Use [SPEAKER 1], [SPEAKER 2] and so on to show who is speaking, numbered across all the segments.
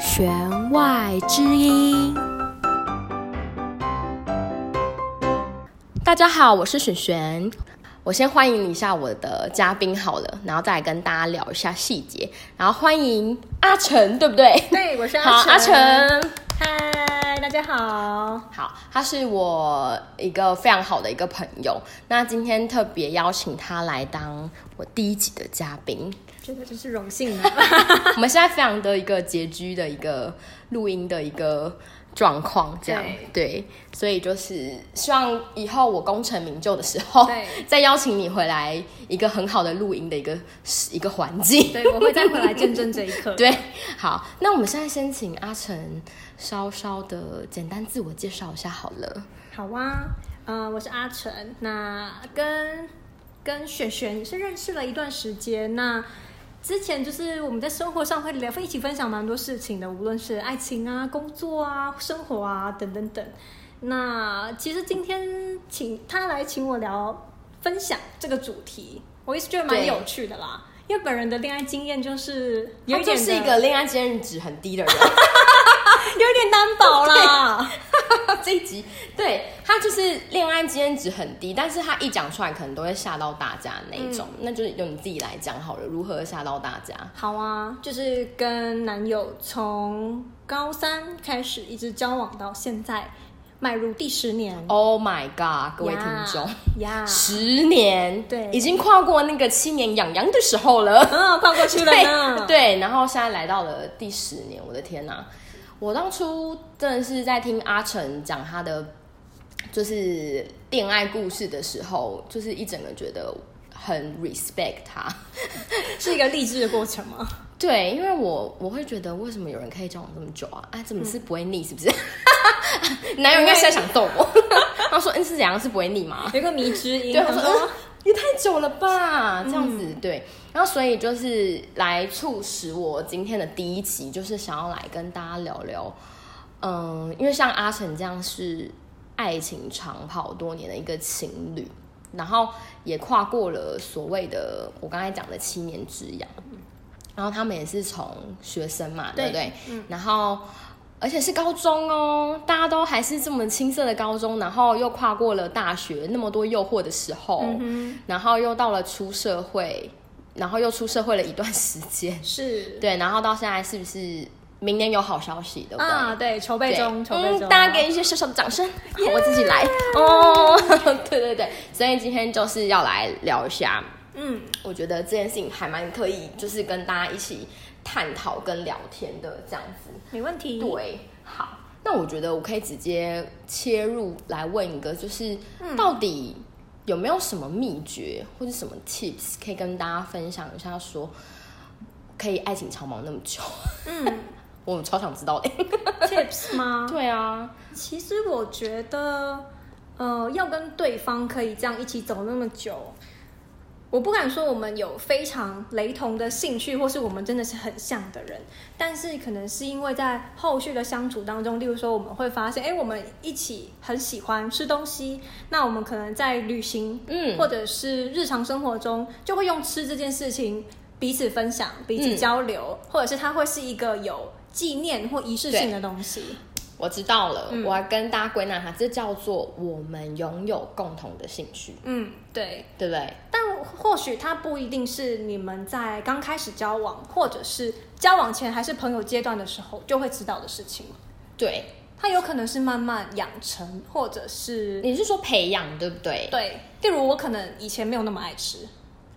[SPEAKER 1] 弦外之音。大家好，我是璇璇。我先欢迎一下我的嘉宾好了，然后再来跟大家聊一下细节。然后欢迎阿成，对不 对？
[SPEAKER 2] 对，我是
[SPEAKER 1] 好，阿
[SPEAKER 2] 阿
[SPEAKER 1] 成
[SPEAKER 2] 成。，嗨，大家好。
[SPEAKER 1] 好，他是我一个非常好的一个朋友。那今天特别邀请他来当我第一集的嘉宾。
[SPEAKER 2] 真的真是荣幸啊！
[SPEAKER 1] 我们现在非常的一个拮据的一个录音的一个状况，这样对，所以就是希望以后我功成名就的时候
[SPEAKER 2] 对，
[SPEAKER 1] 再邀请你回来一个很好的录音的一个一个环境。
[SPEAKER 2] 对，我会再回来见证这一 刻。
[SPEAKER 1] 对，好，那我们现在先请阿成稍稍的简单自我介绍一下好了。
[SPEAKER 2] 好啊，呃，我是阿成，那跟跟雪璇是认识了一段时间，那。之前就是我们在生活上会聊，会一起分享蛮多事情的，无论是爱情啊、工作啊、生活啊等等等。那其实今天请他来请我聊分享这个主题，我一直觉得蛮
[SPEAKER 1] 对
[SPEAKER 2] 有趣的啦，因为本人的恋爱经验就是有
[SPEAKER 1] 他
[SPEAKER 2] 一
[SPEAKER 1] 就
[SPEAKER 2] 点
[SPEAKER 1] 是一
[SPEAKER 2] 的
[SPEAKER 1] 个恋爱经验值很低的人，
[SPEAKER 2] 有点单薄啦。
[SPEAKER 1] 这一集对他就是恋爱经验值很低，但是他一讲出来可能都会吓到大家的那一
[SPEAKER 2] 嗯
[SPEAKER 1] 种。那就是由你自己来讲好了，如何吓到大家？
[SPEAKER 2] 好啊，就是跟男友从高三开始一直交往到现在，迈入第十年。
[SPEAKER 1] Oh my god！各位听众
[SPEAKER 2] 呀，
[SPEAKER 1] 十年，
[SPEAKER 2] 对
[SPEAKER 1] 已经跨过那个七年痒痒的时候了。
[SPEAKER 2] 嗯，跨过去了 呢。
[SPEAKER 1] 对，对，然后现在来到了第十年，我的天哪！我当初真的是在听阿成讲他的就是恋爱故事的时候，就是一整个觉得很 respect 他。
[SPEAKER 2] 是一个励志的过程 吗？
[SPEAKER 1] 对，因为我我会觉得，为什么有人可以交往这么久啊？啊，怎么是不会腻？是不是？男友应该是在想逗我。他说：“嗯，是怎样？是不会腻吗
[SPEAKER 2] 有一个迷之？”音，
[SPEAKER 1] 对，我
[SPEAKER 2] 我
[SPEAKER 1] 说：“嗯
[SPEAKER 2] 说，
[SPEAKER 1] 也太久了吧？”这样子、对。然后，所以就是来促使我今天的第一期，就是想要来跟大家聊聊，嗯，因为像阿成这样是爱情长跑多年的一个情侣，然后也跨过了所谓的我刚才讲的七年之痒。然后他们也是从学生嘛，对
[SPEAKER 2] 对嗯
[SPEAKER 1] 不对？然后而且是高中哦，大家都还是这么青涩的高中，然后又跨过了大学那么多诱惑的时候，
[SPEAKER 2] 嗯
[SPEAKER 1] 然后又到了出社会，然后又出社会了一段时间，
[SPEAKER 2] 是
[SPEAKER 1] 对，然后到现在是不是明年有好消息，对不对？
[SPEAKER 2] 啊，对，筹备
[SPEAKER 1] 对
[SPEAKER 2] 中，筹备中，啊
[SPEAKER 1] 嗯，大家给一些小小的掌 声，好我自己来哦。 对对对，所以今天就是要来聊一下
[SPEAKER 2] 嗯，
[SPEAKER 1] 我觉得这件事情还蛮可以，就是跟大家一起探讨跟聊天的这样子。
[SPEAKER 2] 没问题。
[SPEAKER 1] 对，好，那我觉得我可以直接切入来问一个，就是、
[SPEAKER 2] 嗯
[SPEAKER 1] 到底有没有什么秘诀或者什么 tips 可以跟大家分享一下说可以爱情长跑那么久？
[SPEAKER 2] 嗯
[SPEAKER 1] 我超想知道的。
[SPEAKER 2] ，tips 吗？
[SPEAKER 1] 对啊，
[SPEAKER 2] 其实我觉得，呃，要跟对方可以这样一起走那么久，我不敢说我们有非常雷同的兴趣，或是我们真的是很像的人，但是可能是因为在后续的相处当中，例如说我们会发现，哎，我们一起很喜欢吃东西，那我们可能在旅行，
[SPEAKER 1] 嗯
[SPEAKER 2] 或者是日常生活中，就会用吃这件事情彼此分享、彼
[SPEAKER 1] 嗯
[SPEAKER 2] 此交流，或者是它会是一个有纪念或仪式性的东西。
[SPEAKER 1] 我知道了，
[SPEAKER 2] 嗯
[SPEAKER 1] 我要跟大家归纳它，这叫做我们拥有共同的兴趣，
[SPEAKER 2] 嗯，对。
[SPEAKER 1] 对不对？
[SPEAKER 2] 但或许它不一定是你们在刚开始交往，或者是交往前还是朋友阶段的时候就会知道的事情。
[SPEAKER 1] 对，
[SPEAKER 2] 它有可能是慢慢养成，或者是
[SPEAKER 1] 你是说培养，对不对？
[SPEAKER 2] 对，例如我可能以前没有那么爱吃，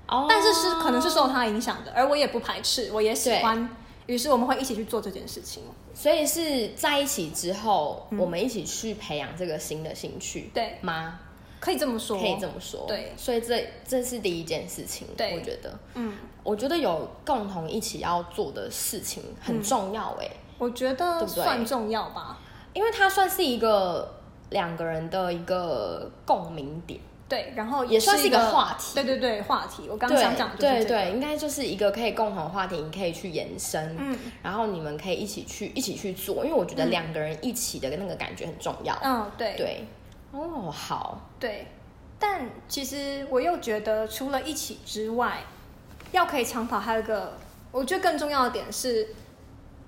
[SPEAKER 1] 哦
[SPEAKER 2] 但是是可能是受它影响的，而我也不排斥，我也喜
[SPEAKER 1] 对
[SPEAKER 2] 欢，于是我们会一起去做这件事情。
[SPEAKER 1] 所以是在一起之后，我们一起去培养这个新的兴趣，
[SPEAKER 2] 嗯对
[SPEAKER 1] 吗？
[SPEAKER 2] 可以这么说，
[SPEAKER 1] 可以这么说，
[SPEAKER 2] 对
[SPEAKER 1] 所以这这是第一件事情，
[SPEAKER 2] 对
[SPEAKER 1] 我觉得，
[SPEAKER 2] 嗯，
[SPEAKER 1] 我觉得有共同一起要做的事情
[SPEAKER 2] 嗯
[SPEAKER 1] 很重要，哎、
[SPEAKER 2] 我觉
[SPEAKER 1] 对
[SPEAKER 2] 得
[SPEAKER 1] 不对
[SPEAKER 2] 算重要吧。
[SPEAKER 1] 因为它算是一个两个人的一个共鸣点，
[SPEAKER 2] 对，然后
[SPEAKER 1] 也
[SPEAKER 2] 也
[SPEAKER 1] 算
[SPEAKER 2] 是
[SPEAKER 1] 是一个话题
[SPEAKER 2] 对对对，话题。我刚
[SPEAKER 1] 对
[SPEAKER 2] 想讲的就是
[SPEAKER 1] 对
[SPEAKER 2] 这个，
[SPEAKER 1] 对，应该就是一个可以共同的话题，你可以去延伸，
[SPEAKER 2] 嗯
[SPEAKER 1] 然后你们可以一起去一起去做，因为我觉得两个人一起的那个感觉很重要，
[SPEAKER 2] 嗯，对
[SPEAKER 1] 对，哦，好，
[SPEAKER 2] 对，但其实我又觉得，除了一起之外，要可以长跑，还有一个我觉得更重要的点是，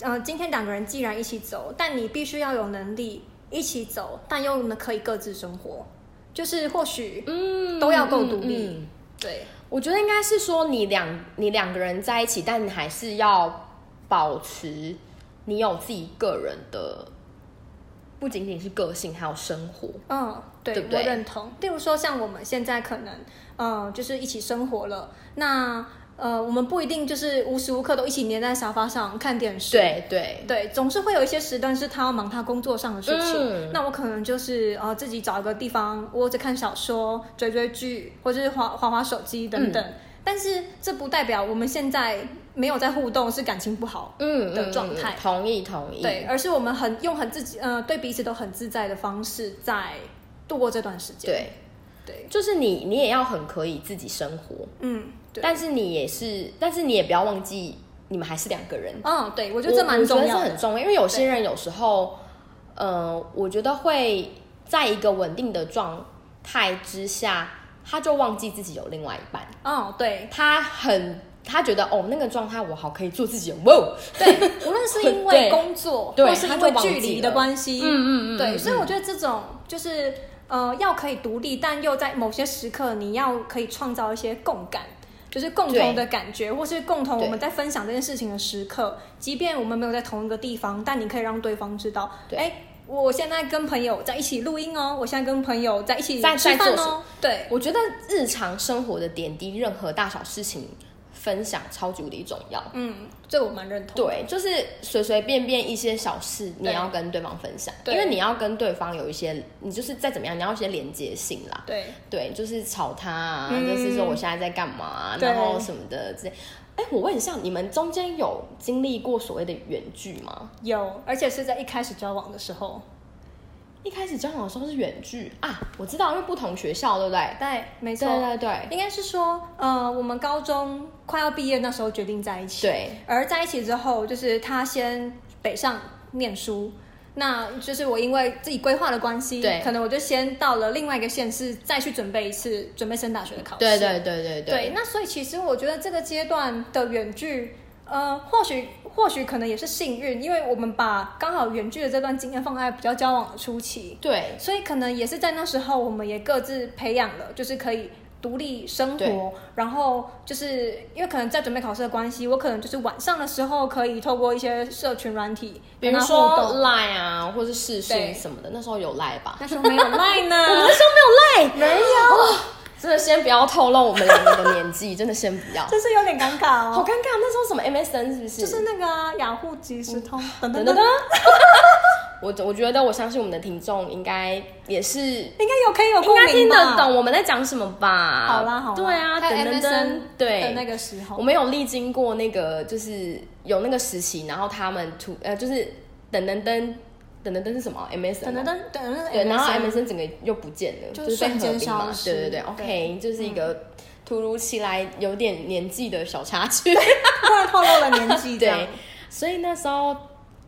[SPEAKER 2] 呃，今天两个人既然一起走，但你必须要有能力一起走，但又呢可以各自生活，就是或许
[SPEAKER 1] 嗯
[SPEAKER 2] 都要够独立。
[SPEAKER 1] 嗯嗯
[SPEAKER 2] 对，
[SPEAKER 1] 我觉得应该是说你两你两个人在一起，但你还是要保持你有自己个人的，不仅仅是个性，还有生活。
[SPEAKER 2] 嗯，对，
[SPEAKER 1] 对不对
[SPEAKER 2] 我认同。例如说，像我们现在可能，呃，就是一起生活了，那呃，我们不一定就是无时无刻都一起黏在沙发上看电视。
[SPEAKER 1] 对对，
[SPEAKER 2] 对，总是会有一些时段是他要忙他工作上的事情，
[SPEAKER 1] 嗯
[SPEAKER 2] 那我可能就是呃自己找一个地方窝着看小说、追追剧，或者是滑滑滑手机等
[SPEAKER 1] 嗯
[SPEAKER 2] 等。但是这不代表我们现在没有在互动，是感情不好，
[SPEAKER 1] 嗯
[SPEAKER 2] 的状态
[SPEAKER 1] 嗯嗯同意同意。
[SPEAKER 2] 对，而是我们很用很自己呃对彼此都很自在的方式在度过这段时间。
[SPEAKER 1] 对，
[SPEAKER 2] 对，
[SPEAKER 1] 就是你你也要很可以自己生活，
[SPEAKER 2] 嗯，对，
[SPEAKER 1] 但是你也是，但是你也不要忘记，你们还是两个人。
[SPEAKER 2] 嗯，对，我
[SPEAKER 1] 我
[SPEAKER 2] 觉得这蛮重
[SPEAKER 1] 我觉
[SPEAKER 2] 要
[SPEAKER 1] 得这
[SPEAKER 2] 的
[SPEAKER 1] 很。重要，因为有些人有时候，呃，我觉得会在一个稳定的状态之下，他就忘记自己有另外一半，
[SPEAKER 2] 嗯，对，
[SPEAKER 1] 他很他觉得哦，那个状态我好可以做自己，哇哦，
[SPEAKER 2] 无论是因
[SPEAKER 1] 对
[SPEAKER 2] 为工作，
[SPEAKER 1] 对
[SPEAKER 2] 或是
[SPEAKER 1] 他
[SPEAKER 2] 因
[SPEAKER 1] 就
[SPEAKER 2] 为
[SPEAKER 1] 忘
[SPEAKER 2] 距
[SPEAKER 1] 记
[SPEAKER 2] 离
[SPEAKER 1] 了
[SPEAKER 2] 的关系，
[SPEAKER 1] 嗯嗯嗯
[SPEAKER 2] 对，
[SPEAKER 1] 嗯
[SPEAKER 2] 所以我觉得这种就是呃，要可以独立，但又在某些时刻你要可以创造一些共感。就是共同的感觉，或是共同
[SPEAKER 1] 对
[SPEAKER 2] 我们在分享这件事情的时刻，即便我们没有在同一个地方，但你可以让对方知道，
[SPEAKER 1] 对
[SPEAKER 2] 哎，我现在跟朋友在一起录音哦，我现在跟朋友在一起
[SPEAKER 1] 在
[SPEAKER 2] 吃
[SPEAKER 1] 在
[SPEAKER 2] 饭
[SPEAKER 1] 做什
[SPEAKER 2] 哦
[SPEAKER 1] 么，
[SPEAKER 2] 对，
[SPEAKER 1] 我觉得日常生活的点滴，任何大小事情分享超级无敌重要。
[SPEAKER 2] 嗯，这我蛮认同。
[SPEAKER 1] 对，就是随随便便一些小事，你
[SPEAKER 2] 对
[SPEAKER 1] 也要跟对方分享，因
[SPEAKER 2] 对
[SPEAKER 1] 为你要跟对方有一些，你就是再怎么样，你要有一些连接性啦。
[SPEAKER 2] 对，
[SPEAKER 1] 对，就是吵他啊，
[SPEAKER 2] 嗯
[SPEAKER 1] 就是说我现在在干嘛、啊，
[SPEAKER 2] 对
[SPEAKER 1] 然后什么的之类。哎，我问一下，你们中间有经历过所谓的远距吗？
[SPEAKER 2] 有，而且是在一开始交往的时候。
[SPEAKER 1] 一开始交往的时候是远距啊，我知道，因为不同学校，对不对？
[SPEAKER 2] 对，没错，
[SPEAKER 1] 对对对
[SPEAKER 2] 应该是说，呃，我们高中快要毕业那时候决定在一起，，
[SPEAKER 1] 对，
[SPEAKER 2] 而在一起之后，就是他先北上念书。那就是我因为自己规划的关系，
[SPEAKER 1] 对
[SPEAKER 2] 可能我就先到了另外一个县市，再去准备一次准备升大学的考试。
[SPEAKER 1] 对对对对
[SPEAKER 2] 对，那所以其实我觉得这个阶段的远距，呃，或许或许可能也是幸运，因为我们把刚好远距的这段经验放在比较交往的初期，
[SPEAKER 1] 对
[SPEAKER 2] 所以可能也是在那时候，我们也各自培养了，就是可以独立生
[SPEAKER 1] 对
[SPEAKER 2] 活。然后就是因为可能在准备考试的关系，我可能就是晚上的时候可以透过一些社群软体
[SPEAKER 1] 比
[SPEAKER 2] 跟
[SPEAKER 1] 如
[SPEAKER 2] 他互
[SPEAKER 1] 说
[SPEAKER 2] 动。
[SPEAKER 1] 赖啊，或是视讯
[SPEAKER 2] 对
[SPEAKER 1] 什么的，那时候有赖吧？
[SPEAKER 2] 那时候没有赖 呢，
[SPEAKER 1] 我们那时候没有赖，没有。真的先不要透露我们两个的年纪，真的先不要，
[SPEAKER 2] 就是有点尴 尬
[SPEAKER 1] 好
[SPEAKER 2] 哦。
[SPEAKER 1] 尴尬。那时候什么 MSN 是不是？
[SPEAKER 2] 就是那个啊雅虎即时通等
[SPEAKER 1] 等
[SPEAKER 2] 等
[SPEAKER 1] 哦等
[SPEAKER 2] 等
[SPEAKER 1] 等
[SPEAKER 2] 等，。
[SPEAKER 1] 我我觉得我相信我们的听众应该也是应
[SPEAKER 2] 应该有可以有共鸣
[SPEAKER 1] 该
[SPEAKER 2] 吧？
[SPEAKER 1] 听得懂我们在讲什么吧？
[SPEAKER 2] 好啦好啦，
[SPEAKER 1] 对啊，
[SPEAKER 2] 在
[SPEAKER 1] 等等
[SPEAKER 2] MSN
[SPEAKER 1] 等，
[SPEAKER 2] 的那
[SPEAKER 1] 对，
[SPEAKER 2] 个时候，
[SPEAKER 1] 我们有历经过那个就是有那个时期，然后他们突呃就是等等等等等等是什么？MSN
[SPEAKER 2] 等
[SPEAKER 1] 吗
[SPEAKER 2] 等等等那个
[SPEAKER 1] 对，然后
[SPEAKER 2] MSN
[SPEAKER 1] MSN 整个又不见了，
[SPEAKER 2] 就是
[SPEAKER 1] 是被
[SPEAKER 2] 瞬间
[SPEAKER 1] 合并嘛
[SPEAKER 2] 消失
[SPEAKER 1] 对对对
[SPEAKER 2] 对嗯
[SPEAKER 1] ，OK，就是一个突如其来有点年纪的小插 曲。
[SPEAKER 2] 突然透露了年纪，这样
[SPEAKER 1] 对，所以那时候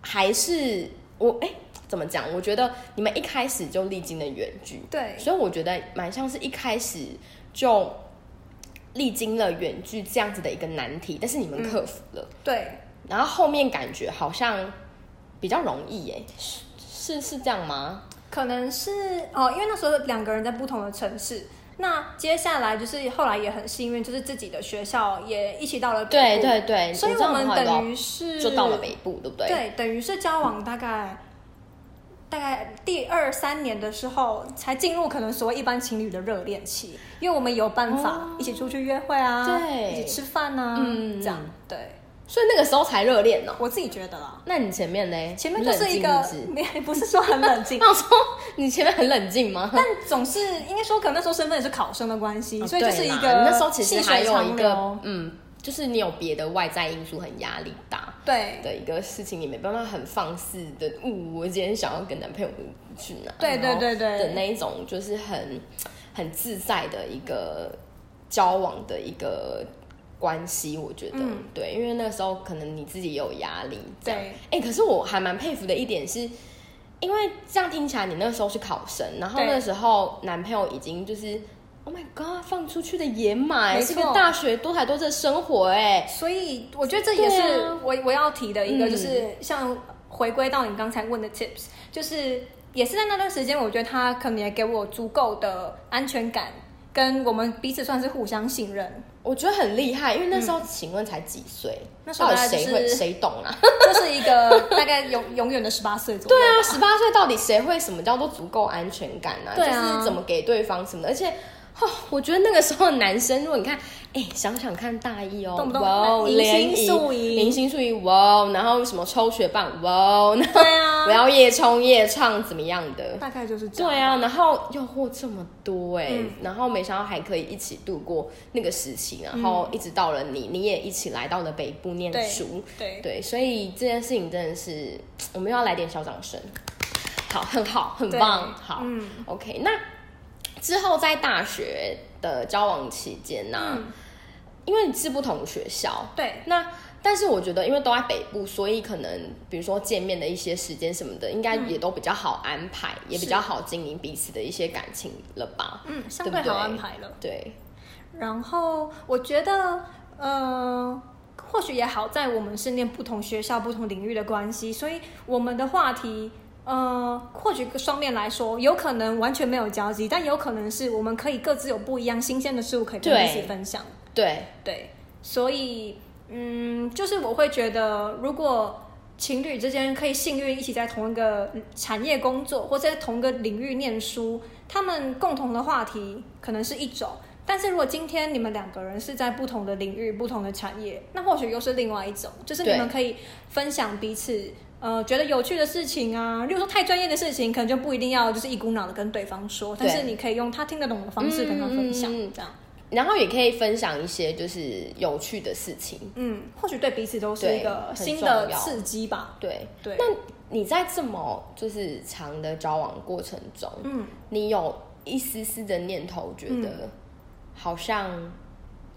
[SPEAKER 1] 还是我哎、怎么讲？我觉得你们一开始就历经了远距，
[SPEAKER 2] 对
[SPEAKER 1] 所以我觉得蛮像是一开始就历经了远距这样子的一个难题，但是你们克服了，
[SPEAKER 2] 对，
[SPEAKER 1] 然后后面感觉好像比较容易耶、是是是这样吗？
[SPEAKER 2] 可能是哦，因为那时候两个人在不同的城市。那接下来就是后来也很幸运，就是自己的学校也一起到了北
[SPEAKER 1] 对
[SPEAKER 2] 部，
[SPEAKER 1] 对对，
[SPEAKER 2] 所以
[SPEAKER 1] 你知道
[SPEAKER 2] 我们
[SPEAKER 1] 后来
[SPEAKER 2] 等于
[SPEAKER 1] 到
[SPEAKER 2] 是
[SPEAKER 1] 就到了北部，对不对？
[SPEAKER 2] 嗯对，等于是交往大概大概第二三年的时候，才进入可能所谓一般情侣的热恋期，因为我们有办法一起出去约会啊，
[SPEAKER 1] 哦对
[SPEAKER 2] 一起吃饭啊，
[SPEAKER 1] 嗯
[SPEAKER 2] 这样，对
[SPEAKER 1] 所以那个时候才热恋呢。
[SPEAKER 2] 我自己觉得啦，
[SPEAKER 1] 那你前面嘞？
[SPEAKER 2] 前面就是一
[SPEAKER 1] 冷
[SPEAKER 2] 个
[SPEAKER 1] 静不是
[SPEAKER 2] 没 不是说很冷静，
[SPEAKER 1] 那我说你前面很冷静吗？
[SPEAKER 2] 但总是应该说，可能那时候身份也是考生的关系，所以就是
[SPEAKER 1] 哦对
[SPEAKER 2] 一
[SPEAKER 1] 啦
[SPEAKER 2] 个
[SPEAKER 1] 那时候其实
[SPEAKER 2] 细水
[SPEAKER 1] 还有一
[SPEAKER 2] 长哦
[SPEAKER 1] 个
[SPEAKER 2] 流
[SPEAKER 1] 嗯，就是你有别的外在因素很压力大
[SPEAKER 2] 对
[SPEAKER 1] 的一个事情，你没办法很放肆的，嗯，我今天想要跟男朋友去哪？
[SPEAKER 2] 对对对对
[SPEAKER 1] 然后的那一种就是很很自在的一个交往的一个。关系，我觉得、
[SPEAKER 2] 嗯
[SPEAKER 1] 对，因为那时候可能你自己也有压力，这样。
[SPEAKER 2] 对
[SPEAKER 1] 哎、可是我还蛮佩服的一点是，因为这样听起来，你那时候是考生，然后
[SPEAKER 2] 对
[SPEAKER 1] 那时候男朋友已经就是 Oh my god！放出去的野马欸
[SPEAKER 2] 没
[SPEAKER 1] 是个
[SPEAKER 2] 错
[SPEAKER 1] 大学多才多姿的生活哎、
[SPEAKER 2] 所以我觉得这也是
[SPEAKER 1] 对啊
[SPEAKER 2] 我、我要提的一个，
[SPEAKER 1] 嗯
[SPEAKER 2] 就是像回归到你刚才问的 tips，就是也是在那段时间，我觉得他可能也给我足够的安全感，跟我们彼此算是互相信任。
[SPEAKER 1] 我觉得很厉害，因为那时候请问才几岁，
[SPEAKER 2] 嗯那时候
[SPEAKER 1] 到底
[SPEAKER 2] 大概
[SPEAKER 1] 谁
[SPEAKER 2] 是
[SPEAKER 1] 会谁懂啊？
[SPEAKER 2] 这是一个大概永永远的十八岁左右。
[SPEAKER 1] 对啊，十八岁到底谁会什么叫做足够安全感呢、
[SPEAKER 2] 对啊
[SPEAKER 1] 就是怎么给对方什么的，而且。哦，我觉得那个时候的男生，如果你看，哎、想想看大一哦，
[SPEAKER 2] 动不动
[SPEAKER 1] 哇哦，
[SPEAKER 2] 迎新
[SPEAKER 1] 联谊
[SPEAKER 2] 宿营
[SPEAKER 1] 迎新宿营，哇哦，然后什么抽雪棒，哇哦，然后
[SPEAKER 2] 对啊
[SPEAKER 1] 我要夜冲夜唱怎么样的，
[SPEAKER 2] 大概就是这样。
[SPEAKER 1] 对啊，然后诱惑这么多哎、
[SPEAKER 2] 嗯
[SPEAKER 1] 然后没想到还可以一起度过那个时期，然后一直到了你，你也一起来到了北部念
[SPEAKER 2] 嗯对
[SPEAKER 1] 书，
[SPEAKER 2] 对
[SPEAKER 1] 对，所以这件事情真的是，我们要来点小掌声，好，很好，很
[SPEAKER 2] 对
[SPEAKER 1] 棒，好、
[SPEAKER 2] 嗯
[SPEAKER 1] o k 那之后在大学的交往期间呢、
[SPEAKER 2] 嗯
[SPEAKER 1] 因为你是不同学校，
[SPEAKER 2] 对，
[SPEAKER 1] 那但是我觉得，因为都在北部，所以可能比如说见面的一些时间什么的，应
[SPEAKER 2] 嗯
[SPEAKER 1] 该也都比较好安排，也比较好经营彼此的一些感情了吧？
[SPEAKER 2] 嗯，相
[SPEAKER 1] 对
[SPEAKER 2] 对
[SPEAKER 1] 不对
[SPEAKER 2] 好安排了。
[SPEAKER 1] 对，
[SPEAKER 2] 然后我觉得，呃，或许也好在我们是念不同学校、不同领域的关系，所以我们的话题，呃，或许双面来说，有可能完全没有交集，但有可能是我们可以各自有不一样新鲜的事物可以跟
[SPEAKER 1] 对
[SPEAKER 2] 彼此分享。
[SPEAKER 1] 对，
[SPEAKER 2] 对，所以，嗯，就是我会觉得，如果情侣之间可以幸运一起在同一个产业工作，或者在同一个领域念书，他们共同的话题可能是一种。但是如果今天你们两个人是在不同的领域、不同的产业，那或许又是另外一种，就是你
[SPEAKER 1] 对
[SPEAKER 2] 们可以分享彼此呃觉得有趣的事情啊，例如说太专业的事情，可能就不一定要就是一股脑的跟对方说，但
[SPEAKER 1] 对
[SPEAKER 2] 是你可以用他听得懂的方式跟他分
[SPEAKER 1] 嗯
[SPEAKER 2] 享，
[SPEAKER 1] 嗯嗯
[SPEAKER 2] 这样。
[SPEAKER 1] 然后也可以分享一些就是有趣的事情。
[SPEAKER 2] 嗯，或许对彼此都是
[SPEAKER 1] 对
[SPEAKER 2] 一个
[SPEAKER 1] 很
[SPEAKER 2] 新
[SPEAKER 1] 重
[SPEAKER 2] 的
[SPEAKER 1] 要
[SPEAKER 2] 刺激吧。
[SPEAKER 1] 对，
[SPEAKER 2] 对，
[SPEAKER 1] 那你在这么就是长的交往过程中，
[SPEAKER 2] 嗯，
[SPEAKER 1] 你有一丝丝的念头，觉得好像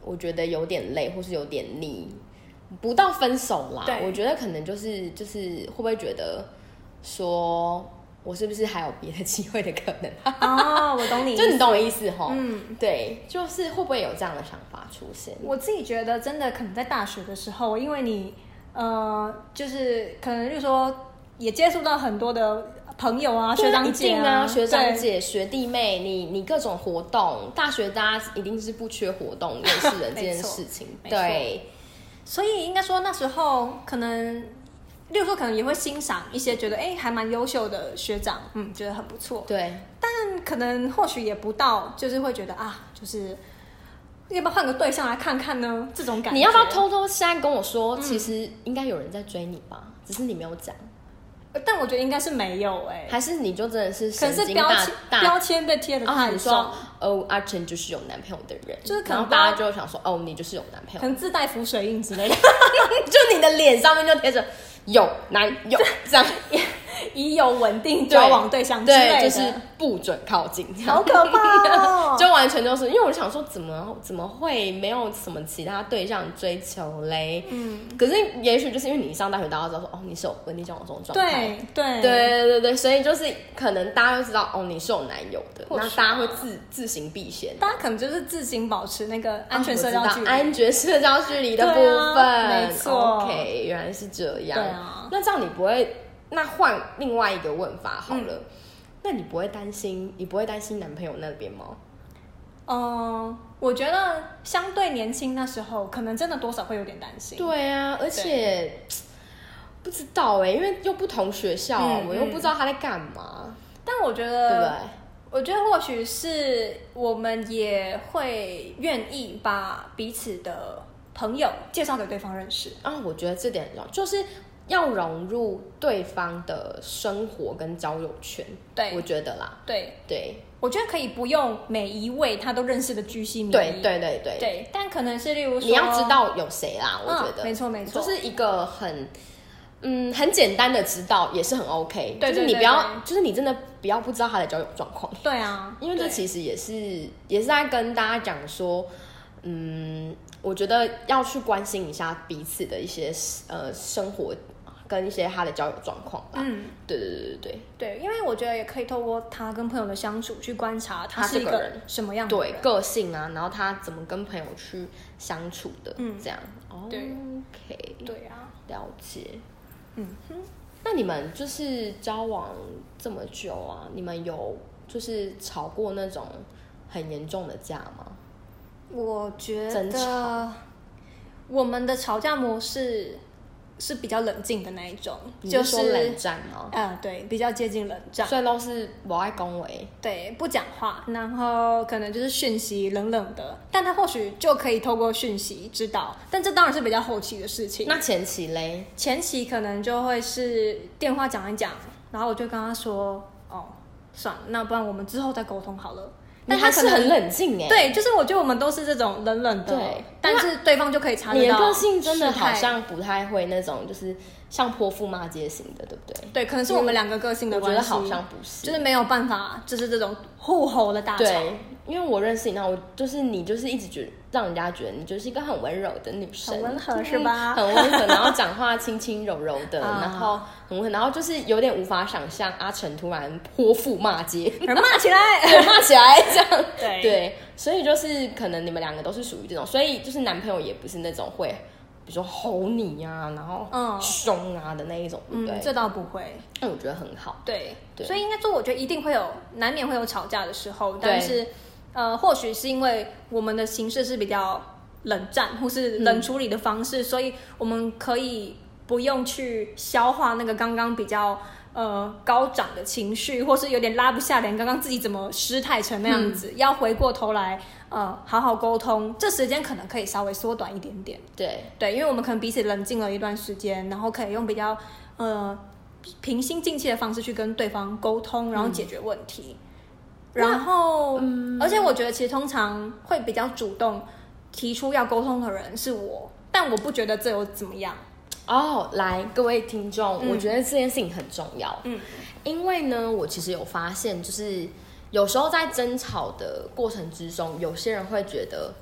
[SPEAKER 1] 我觉得有点累，或是有点腻，不到分手啦
[SPEAKER 2] 对。
[SPEAKER 1] 我觉得可能就是就是会不会觉得说我是不是还有别的机会的可能？啊
[SPEAKER 2] 哦，我 懂你，
[SPEAKER 1] 就你懂我意思吼？
[SPEAKER 2] 嗯。
[SPEAKER 1] 对，就是会不会有这样的想法出现？
[SPEAKER 2] 我自己觉得，真的可能在大学的时候，因为你呃，就是可能就是说也接触到很多的朋友啊、学长姐
[SPEAKER 1] 一定啊，学长
[SPEAKER 2] 对
[SPEAKER 1] 姐、学弟妹，你你各种活动，大学大家一定是不缺活动认识人这件
[SPEAKER 2] 没错
[SPEAKER 1] 事情，
[SPEAKER 2] 没错
[SPEAKER 1] 对，
[SPEAKER 2] 所以应该说那时候可能，例如说可能也会欣赏一些觉得哎、还蛮优秀的学长，嗯，觉得很不错。
[SPEAKER 1] 对，
[SPEAKER 2] 但可能或许也不到，就是会觉得啊，就是要不要换个对象来看看呢？这种感觉。
[SPEAKER 1] 你要不要偷偷现在跟我说，其实应该有人在追你吧？只是你没有讲，
[SPEAKER 2] 呃？但我觉得应该是没有哎、
[SPEAKER 1] 还是你就真的是
[SPEAKER 2] 可
[SPEAKER 1] 神
[SPEAKER 2] 能是
[SPEAKER 1] 经
[SPEAKER 2] 标
[SPEAKER 1] 大
[SPEAKER 2] 签标
[SPEAKER 1] 大？
[SPEAKER 2] 签被贴的
[SPEAKER 1] 啊，
[SPEAKER 2] 太
[SPEAKER 1] 你
[SPEAKER 2] 重，
[SPEAKER 1] 说哦，阿成就是有男朋友的人，
[SPEAKER 2] 就是可能
[SPEAKER 1] 然后大家就会想说哦，你就是有男朋
[SPEAKER 2] 可
[SPEAKER 1] 友，
[SPEAKER 2] 能自带浮水印之类的，
[SPEAKER 1] 就你的脸上面就贴着有男友这 样，
[SPEAKER 2] 已有稳定交往对象之类的，
[SPEAKER 1] 对，就是不准靠近这样
[SPEAKER 2] 好。可怕 哦！
[SPEAKER 1] 就完全就是，因为我想说，怎么怎么会没有什么其他对象追求嘞？
[SPEAKER 2] 嗯，
[SPEAKER 1] 可是也许就是因为你上大学，大家都知道说，哦，你是有稳定交往中的状态，
[SPEAKER 2] 对
[SPEAKER 1] 对
[SPEAKER 2] 对
[SPEAKER 1] 对对对，所以就是可能大家都知道哦，你是有男友的，
[SPEAKER 2] 或
[SPEAKER 1] 那
[SPEAKER 2] 许
[SPEAKER 1] 大家会自自行避嫌，
[SPEAKER 2] 大家可能就是自行保持那个安全社交
[SPEAKER 1] 哦我
[SPEAKER 2] 距
[SPEAKER 1] 知
[SPEAKER 2] 离，
[SPEAKER 1] 道安全社交距离的部
[SPEAKER 2] 对啊
[SPEAKER 1] 分，
[SPEAKER 2] 没错
[SPEAKER 1] OK，原来是这样。
[SPEAKER 2] 对啊
[SPEAKER 1] 那这样你不会，那换另外一个问法好了，
[SPEAKER 2] 嗯
[SPEAKER 1] 那你不会担心，你不会担心男朋友那边吗？
[SPEAKER 2] 嗯，我觉得相对年轻那时候，可能真的多少会有点担心。
[SPEAKER 1] 对啊，而且不知道哎、因为又不同学校，
[SPEAKER 2] 嗯呃
[SPEAKER 1] 我又
[SPEAKER 2] 嗯
[SPEAKER 1] 不知道他在干嘛，
[SPEAKER 2] 但我觉
[SPEAKER 1] 对不
[SPEAKER 2] 得，
[SPEAKER 1] 对？
[SPEAKER 2] 我觉得或许是我们也会愿意把彼此的朋友介绍给对方认识。
[SPEAKER 1] 啊，我觉得这点很重要，就是要融入对方的生活跟交友圈。
[SPEAKER 2] 对
[SPEAKER 1] 我觉得啦，
[SPEAKER 2] 对，
[SPEAKER 1] 对，
[SPEAKER 2] 我觉得可以不用每一位他都认识的居心。
[SPEAKER 1] 对，对，对，对，
[SPEAKER 2] 对，但可能是例如说，
[SPEAKER 1] 你要知，道有谁啦，我觉得，
[SPEAKER 2] 嗯、没错没错，
[SPEAKER 1] 就是一个很。嗯，很简单的知道也是很 OK，
[SPEAKER 2] 对
[SPEAKER 1] 就是
[SPEAKER 2] 对
[SPEAKER 1] 你
[SPEAKER 2] 对
[SPEAKER 1] 不要
[SPEAKER 2] 对，
[SPEAKER 1] 就是你真的不要不知道他的交友状况，
[SPEAKER 2] 对啊，
[SPEAKER 1] 因为这
[SPEAKER 2] 对
[SPEAKER 1] 其实也是也是在跟大家讲说，嗯，我觉得要去关心一下彼此的一些呃生活跟一些他的交友状况吧。
[SPEAKER 2] 嗯，
[SPEAKER 1] 对对对对对。
[SPEAKER 2] 对，因为我觉得也可以透过他跟朋友的相处去观察他
[SPEAKER 1] 他
[SPEAKER 2] 是一
[SPEAKER 1] 这个
[SPEAKER 2] 个
[SPEAKER 1] 人
[SPEAKER 2] 什么样的
[SPEAKER 1] 对
[SPEAKER 2] 人。
[SPEAKER 1] 个性啊，然后他怎么跟朋友去相处的，
[SPEAKER 2] 嗯
[SPEAKER 1] 这样。
[SPEAKER 2] 对
[SPEAKER 1] OK，
[SPEAKER 2] 对啊，
[SPEAKER 1] 了解。
[SPEAKER 2] 嗯
[SPEAKER 1] 哼，那你们就是交往这么久啊，你们有就是吵过那种很严重的架吗？
[SPEAKER 2] 我觉
[SPEAKER 1] 争
[SPEAKER 2] 得我们的吵架模式是比较冷静的那一种，
[SPEAKER 1] 你
[SPEAKER 2] 就是
[SPEAKER 1] 说冷战吗？
[SPEAKER 2] 呃，对，比较接近冷战，
[SPEAKER 1] 所以都是我爱恭维，
[SPEAKER 2] 对，不讲话，然后可能就是讯息冷冷的，但他或许就可以透过讯息知道，但这当然是比较后期的事情。
[SPEAKER 1] 那前期嘞，
[SPEAKER 2] 前期可能就会是电话讲一讲，然后我就跟他说，哦，算了，那不然我们之后再沟通好了。但
[SPEAKER 1] 你还
[SPEAKER 2] 可
[SPEAKER 1] 是
[SPEAKER 2] 能
[SPEAKER 1] 很冷静哎、，
[SPEAKER 2] 对，就是我觉得我们都是这种冷冷的，
[SPEAKER 1] 对
[SPEAKER 2] 但是对方就可以察
[SPEAKER 1] 你
[SPEAKER 2] 觉
[SPEAKER 1] 的
[SPEAKER 2] 到
[SPEAKER 1] 个性真的
[SPEAKER 2] 事态
[SPEAKER 1] 好像不太会那种，就是像泼妇骂街型的，对不对？
[SPEAKER 2] 对，可能是我们两个个性的
[SPEAKER 1] 我觉
[SPEAKER 2] 关
[SPEAKER 1] 得
[SPEAKER 2] 系，
[SPEAKER 1] 好像不是，
[SPEAKER 2] 就是没有办法，就是这种互吼的大吵。
[SPEAKER 1] 对，因为我认识你，那我就是你，就是一直觉让人家觉得你就是一个很温柔的女生，
[SPEAKER 2] 很温和
[SPEAKER 1] 对
[SPEAKER 2] 是 吧
[SPEAKER 1] 很温和，然后讲话轻轻柔柔的，
[SPEAKER 2] 啊
[SPEAKER 1] 然后很温和，然后就是有点无法想象阿成突然泼妇骂街，
[SPEAKER 2] 人骂起来，
[SPEAKER 1] 骂起来这样。
[SPEAKER 2] 对
[SPEAKER 1] 对，所以就是可能你们两个都是属于这种，所以就是男朋友也不是那种会，比如说吼你啊，然后
[SPEAKER 2] 嗯
[SPEAKER 1] 凶啊的那一种，对不
[SPEAKER 2] 嗯，
[SPEAKER 1] 对？
[SPEAKER 2] 这倒不会。
[SPEAKER 1] 那我觉得很好。
[SPEAKER 2] 对，
[SPEAKER 1] 对
[SPEAKER 2] 所以应该说，我觉得一定会有，难免会有吵架的时候，
[SPEAKER 1] 对
[SPEAKER 2] 但是呃，或许是因为我们的形式是比较冷战或是冷处理的方式，所以我们可以不用去消化那个刚刚比较。呃，高涨的情绪，或是有点拉不下脸，刚刚自己怎么失态成那样
[SPEAKER 1] 嗯
[SPEAKER 2] 子，要回过头来，呃，好好沟通，这时间可能可以稍微缩短一点点。
[SPEAKER 1] 对，
[SPEAKER 2] 对，因为我们可能彼此冷静了一段时间，然后可以用比较呃平心静气的方式去跟对方沟
[SPEAKER 1] 嗯
[SPEAKER 2] 通，然后解决问题。然后，而且我觉得其实通常会比较主动提出要沟通的人是我，但我不觉得这有怎么样。
[SPEAKER 1] 哦，来各位听众，我觉得这件事情很重要。
[SPEAKER 2] 嗯，
[SPEAKER 1] 因为呢，我其实有发现，就是有时候在争吵的过程之中，有些人会觉得，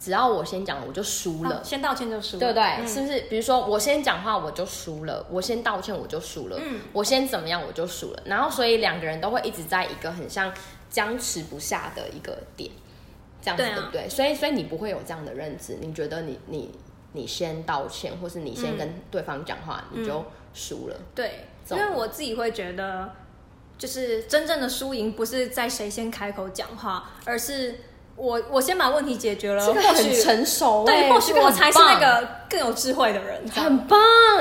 [SPEAKER 1] 只要我先讲，我就输了。
[SPEAKER 2] 啊先道歉就输了，
[SPEAKER 1] 对不对？
[SPEAKER 2] 嗯
[SPEAKER 1] 是不是？比如说我先讲话我就输了，我先道歉我就输了，
[SPEAKER 2] 嗯
[SPEAKER 1] 我先怎么样我就输了。然后所以两个人都会一直在一个很像僵持不下的一个点，这样子
[SPEAKER 2] 对
[SPEAKER 1] 对,、
[SPEAKER 2] 啊
[SPEAKER 1] 不对？所以所以你不会有这样的认知，你觉得你你你先道歉，或是你先跟
[SPEAKER 2] 嗯
[SPEAKER 1] 对方讲话，你就输了。
[SPEAKER 2] 对，
[SPEAKER 1] 这
[SPEAKER 2] 因
[SPEAKER 1] 种
[SPEAKER 2] 为我自己会觉得，就是真正的输赢不是在谁先开口讲话，而是我我先把问题解决了，
[SPEAKER 1] 这个
[SPEAKER 2] 或
[SPEAKER 1] 很
[SPEAKER 2] 许
[SPEAKER 1] 成熟、欸，
[SPEAKER 2] 嗯哦对，或许
[SPEAKER 1] 这个
[SPEAKER 2] 我
[SPEAKER 1] 很
[SPEAKER 2] 才是
[SPEAKER 1] 棒
[SPEAKER 2] 那个更有智慧的人。
[SPEAKER 1] 很棒。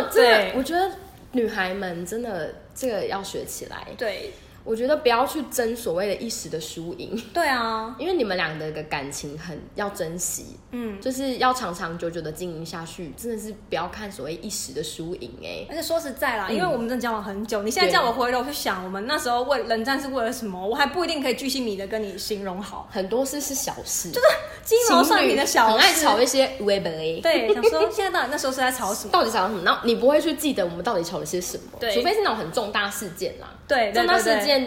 [SPEAKER 1] 真
[SPEAKER 2] 对
[SPEAKER 1] 的，我觉得女孩们真的这个要学起来。
[SPEAKER 2] 对
[SPEAKER 1] 我觉得不要去争所谓的一时的输赢。
[SPEAKER 2] 对啊，
[SPEAKER 1] 因为你们俩的一个感情很要珍惜，
[SPEAKER 2] 嗯，
[SPEAKER 1] 就是要长长久久的经营下去，真的是不要看所谓一时的输赢哎。
[SPEAKER 2] 而且说实在啦，
[SPEAKER 1] 嗯
[SPEAKER 2] 因为我们真的交往很久，你现在
[SPEAKER 1] 对
[SPEAKER 2] 叫我回头去想，我们那时候为冷战是为了什么，我还不一定可以巨细靡的跟你形容好，
[SPEAKER 1] 很多事是小事，就是
[SPEAKER 2] 鸡毛蒜皮的小事，
[SPEAKER 1] 很爱吵一些无为不为，
[SPEAKER 2] 对，想说现在到底那时候是在吵什么？
[SPEAKER 1] 到底吵什么？然后你不会去记得我们到底吵了些什么，
[SPEAKER 2] 对
[SPEAKER 1] 除非是那种很重大事件啦，
[SPEAKER 2] 对，对
[SPEAKER 1] 重大
[SPEAKER 2] 对对
[SPEAKER 1] 事件，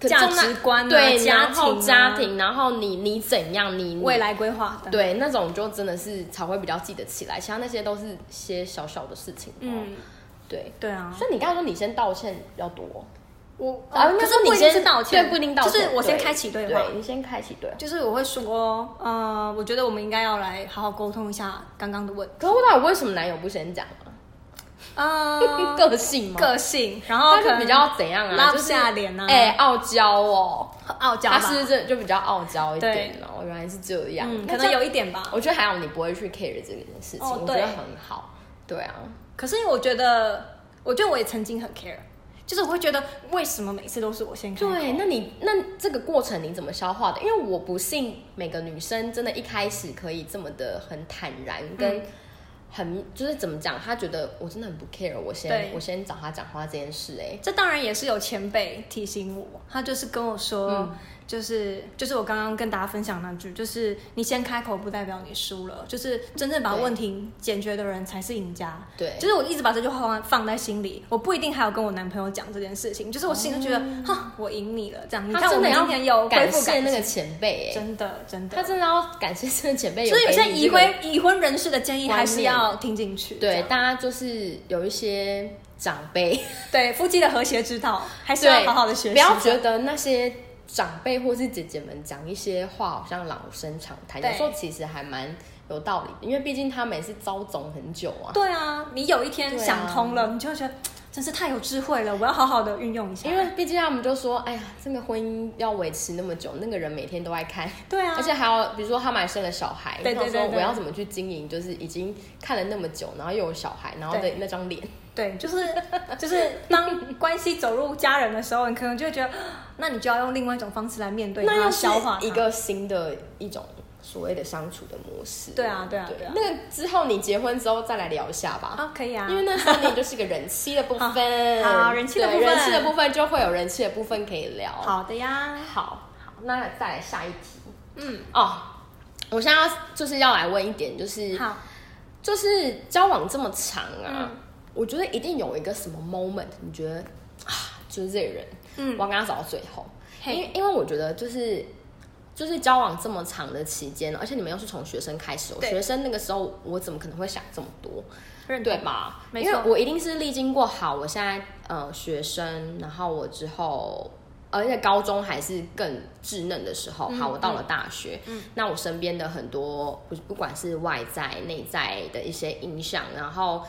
[SPEAKER 1] 可
[SPEAKER 2] 价
[SPEAKER 1] 重大
[SPEAKER 2] 值观啊
[SPEAKER 1] 对，
[SPEAKER 2] 家
[SPEAKER 1] 然后
[SPEAKER 2] 庭啊
[SPEAKER 1] 家庭，然后你你怎样，你
[SPEAKER 2] 未
[SPEAKER 1] 来。
[SPEAKER 2] 来规划等等，
[SPEAKER 1] 对，那种就真的是才会比较记得起来，其他那些都是些小小的事情。嗯，
[SPEAKER 2] 嗯，
[SPEAKER 1] 对。
[SPEAKER 2] 对啊，
[SPEAKER 1] 所以你刚才说你先道歉比较多，
[SPEAKER 2] 我
[SPEAKER 1] 啊，
[SPEAKER 2] 哦可
[SPEAKER 1] 那
[SPEAKER 2] 是
[SPEAKER 1] 说
[SPEAKER 2] 不
[SPEAKER 1] 你
[SPEAKER 2] 一定
[SPEAKER 1] 先
[SPEAKER 2] 是道歉，
[SPEAKER 1] 对，不一定道歉，
[SPEAKER 2] 就是我先
[SPEAKER 1] 对
[SPEAKER 2] 开启对话，
[SPEAKER 1] 你先开启对话。
[SPEAKER 2] 就是我会说，呃，我觉得我们应该要来好好沟通一下刚刚的问题，
[SPEAKER 1] 可是我到底为什么男友不先讲啊？，
[SPEAKER 2] 呃
[SPEAKER 1] 个性吗？
[SPEAKER 2] 个性，然后
[SPEAKER 1] 他
[SPEAKER 2] 可
[SPEAKER 1] 就
[SPEAKER 2] 能
[SPEAKER 1] 比较怎样啊？
[SPEAKER 2] 拉不
[SPEAKER 1] 就是
[SPEAKER 2] 下脸啊
[SPEAKER 1] 哎，傲娇哦，
[SPEAKER 2] 傲娇吧，
[SPEAKER 1] 他是不是真的就比较傲娇一点哦？原来是这样，
[SPEAKER 2] 嗯，
[SPEAKER 1] 那
[SPEAKER 2] 可
[SPEAKER 1] 这
[SPEAKER 2] 能有一点吧。
[SPEAKER 1] 我觉得还好，你不会去 care 这件事情，
[SPEAKER 2] 哦
[SPEAKER 1] 我觉
[SPEAKER 2] 对
[SPEAKER 1] 得很好。对啊，
[SPEAKER 2] 可是我觉得，我觉得我也曾经很 care，就是我会觉得为什么每次都是我先开口
[SPEAKER 1] 对，那你那这个过程你怎么消化的？因为我不信每个女生真的一开始可以这么的很坦然，
[SPEAKER 2] 嗯
[SPEAKER 1] 跟很、就是怎么讲，她觉得我真的很不 care，我先
[SPEAKER 2] 对
[SPEAKER 1] 我先找她讲话这件事、欸，嗯
[SPEAKER 2] 这当然也是有前辈提醒我，他就是跟我说，就是就是我刚刚跟大家分享那句，就是你先开口不代表你输了，就是真正把
[SPEAKER 1] 对
[SPEAKER 2] 问题解决的人才是赢家。
[SPEAKER 1] 对
[SPEAKER 2] 就是我一直把这句话放放在心里，我不一定还有跟我男朋友讲这件事情，就是我心里觉得，哈、我赢你了，这样。你
[SPEAKER 1] 嗯他
[SPEAKER 2] 看我
[SPEAKER 1] 真的
[SPEAKER 2] 们
[SPEAKER 1] 要
[SPEAKER 2] 今天有恢
[SPEAKER 1] 感
[SPEAKER 2] 复
[SPEAKER 1] 谢那个
[SPEAKER 2] 情
[SPEAKER 1] 前辈、哎，
[SPEAKER 2] 真的真的，
[SPEAKER 1] 他真的要感谢这个前辈、
[SPEAKER 2] 所以有些
[SPEAKER 1] 哎给你这
[SPEAKER 2] 已
[SPEAKER 1] 个
[SPEAKER 2] 婚已婚人士的建议
[SPEAKER 1] 观
[SPEAKER 2] 还是
[SPEAKER 1] 念
[SPEAKER 2] 要听进去。这
[SPEAKER 1] 对，
[SPEAKER 2] 样
[SPEAKER 1] 大家就是有一些长辈，
[SPEAKER 2] 对夫妻的和谐之道，还是要
[SPEAKER 1] 对，
[SPEAKER 2] 好好的学习。
[SPEAKER 1] 不要觉得那些长辈或是姐姐们讲一些话好像老生常谈，有
[SPEAKER 2] 对
[SPEAKER 1] 时候其实还蛮有道理的，因为毕竟他们也是遭总很久啊。
[SPEAKER 2] 对啊，你有一天
[SPEAKER 1] 对啊
[SPEAKER 2] 想通了，你就会觉得真是太有智慧了，我要好好的运用一下。
[SPEAKER 1] 因为毕竟他们就说，哎呀，这个婚姻要维持那么久，那个人每天都在看，
[SPEAKER 2] 对啊，
[SPEAKER 1] 而且还有比如说他们还生了小孩，
[SPEAKER 2] 对对
[SPEAKER 1] 他说
[SPEAKER 2] 对对
[SPEAKER 1] 我要怎么去经营，就是已经看了那么久，然后又有小孩，然后的
[SPEAKER 2] 对
[SPEAKER 1] 那张脸，
[SPEAKER 2] 对，就是 就是当关系走入家人的时候，你可能就会觉得，那你就要用另外一种方式来面对它，
[SPEAKER 1] 那又是
[SPEAKER 2] 消化它
[SPEAKER 1] 一。个新的一种所谓的相处的模式。
[SPEAKER 2] 对啊对啊对啊
[SPEAKER 1] 那个之后你结婚之后再来聊一下吧。
[SPEAKER 2] 啊，可以啊，
[SPEAKER 1] 因为那时候你就是个人妻的部分，
[SPEAKER 2] 好好人妻的
[SPEAKER 1] 对
[SPEAKER 2] 部分
[SPEAKER 1] 人妻的部分就会有人妻的部分可以聊。，
[SPEAKER 2] 好的呀，
[SPEAKER 1] 好，好，那再来下一题
[SPEAKER 2] 嗯，
[SPEAKER 1] 哦。我现在要就是要来问一点，就是
[SPEAKER 2] 好，
[SPEAKER 1] 就是交往这么长啊，
[SPEAKER 2] 嗯
[SPEAKER 1] 我觉得一定有一个什么 moment，你觉得啊，就是这个人，
[SPEAKER 2] 嗯
[SPEAKER 1] 我要跟他走到最后，因
[SPEAKER 2] 嘿
[SPEAKER 1] 为因为我觉得就是就是交往这么长的期间，而且你们又是从学生开始，我
[SPEAKER 2] 对
[SPEAKER 1] 学生那个时候我怎么可能会想这么多，
[SPEAKER 2] 认
[SPEAKER 1] 对
[SPEAKER 2] 同？嗯
[SPEAKER 1] 吧？
[SPEAKER 2] 没
[SPEAKER 1] 因为
[SPEAKER 2] 错
[SPEAKER 1] 我一定是历经过好，我现在呃学生，然后我之后。而且高中还是更稚嫩的时候，
[SPEAKER 2] 嗯
[SPEAKER 1] 好，我到了大学，
[SPEAKER 2] 嗯
[SPEAKER 1] 那我身边的很多，不不管是外在、内在的一些影响，然后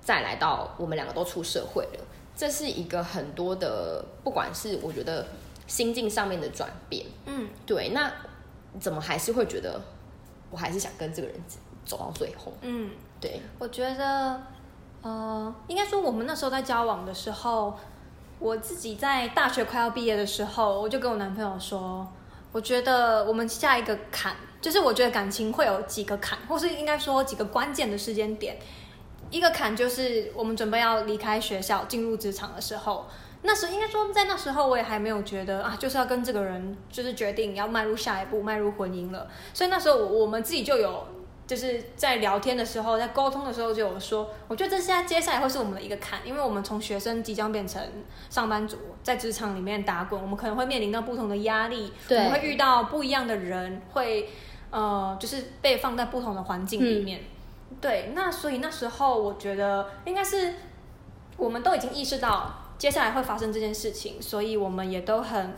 [SPEAKER 1] 再来到我们两个都出社会了，这是一个很多的，不管是我觉得心境上面的转变，
[SPEAKER 2] 嗯，
[SPEAKER 1] 对，那怎么还是会觉得我还是想跟这个人走到最后？
[SPEAKER 2] 嗯，
[SPEAKER 1] 对，
[SPEAKER 2] 我觉得，呃，应该说我们那时候在交往的时候，我自己在大学快要毕业的时候，我就跟我男朋友说，我觉得我们下一个坎，就是我觉得感情会有几个坎，或是应该说几个关键的时间点。一个坎就是我们准备要离开学校进入职场的时候，那时应该说在那时候我也还没有觉得啊，就是要跟这个人就是决定要迈入下一步，迈入婚姻了。所以那时候我我们自己就有就是在聊天的时候，在沟通的时候就有说，我觉得这现在接下来会是我们的一个坎，因为我们从学生即将变成上班族，在职场里面打滚，我们可能会面临到不同的压力，我
[SPEAKER 1] 对
[SPEAKER 2] 们会遇到不一样的人，会呃就是被放在不同的环境里面。对，那所以那时候我觉得应该是我们都已经意识到接下来会发生这件事情，所以我们也都很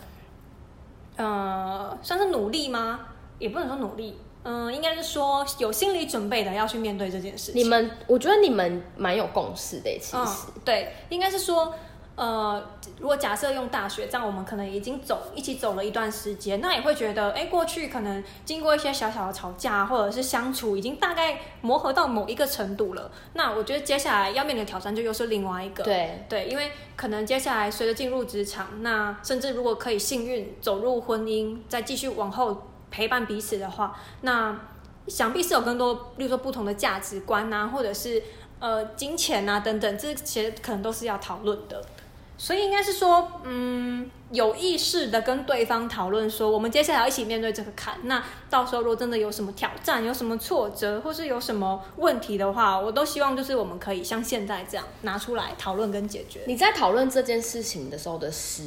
[SPEAKER 2] 呃，算是努力吗？也不能说努力，嗯、应该是说有心理准备的要去面对这件事情。
[SPEAKER 1] 你们，我觉得你们蛮有共识的耶，欸其
[SPEAKER 2] 嗯
[SPEAKER 1] 实，，
[SPEAKER 2] 对，应该是说，呃，如果假设用大学，这样我们可能已经走一起走了一段时间，那也会觉得，哎，过去可能经过一些小小的吵架或者是相处，已经大概磨合到某一个程度了。那我觉得接下来要面临的挑战就又是另外一个，
[SPEAKER 1] 对
[SPEAKER 2] 对，因为可能接下来随着进入职场，那甚至如果可以幸运走入婚姻，再继续往后陪伴彼此的话，那想必是有更多，例如说不同的价值观啊，或者是呃金钱啊等等，这些可能都是要讨论的。所以应该是说，嗯，有意识的跟对方讨论说，我们接下来要一起面对这个坎。那到时候如果真的有什么挑战、有什么挫折，或是有什么问题的话，我都希望就是我们可以像现在这样拿出来讨论跟解决。
[SPEAKER 1] 你在讨论这件事情的时候的时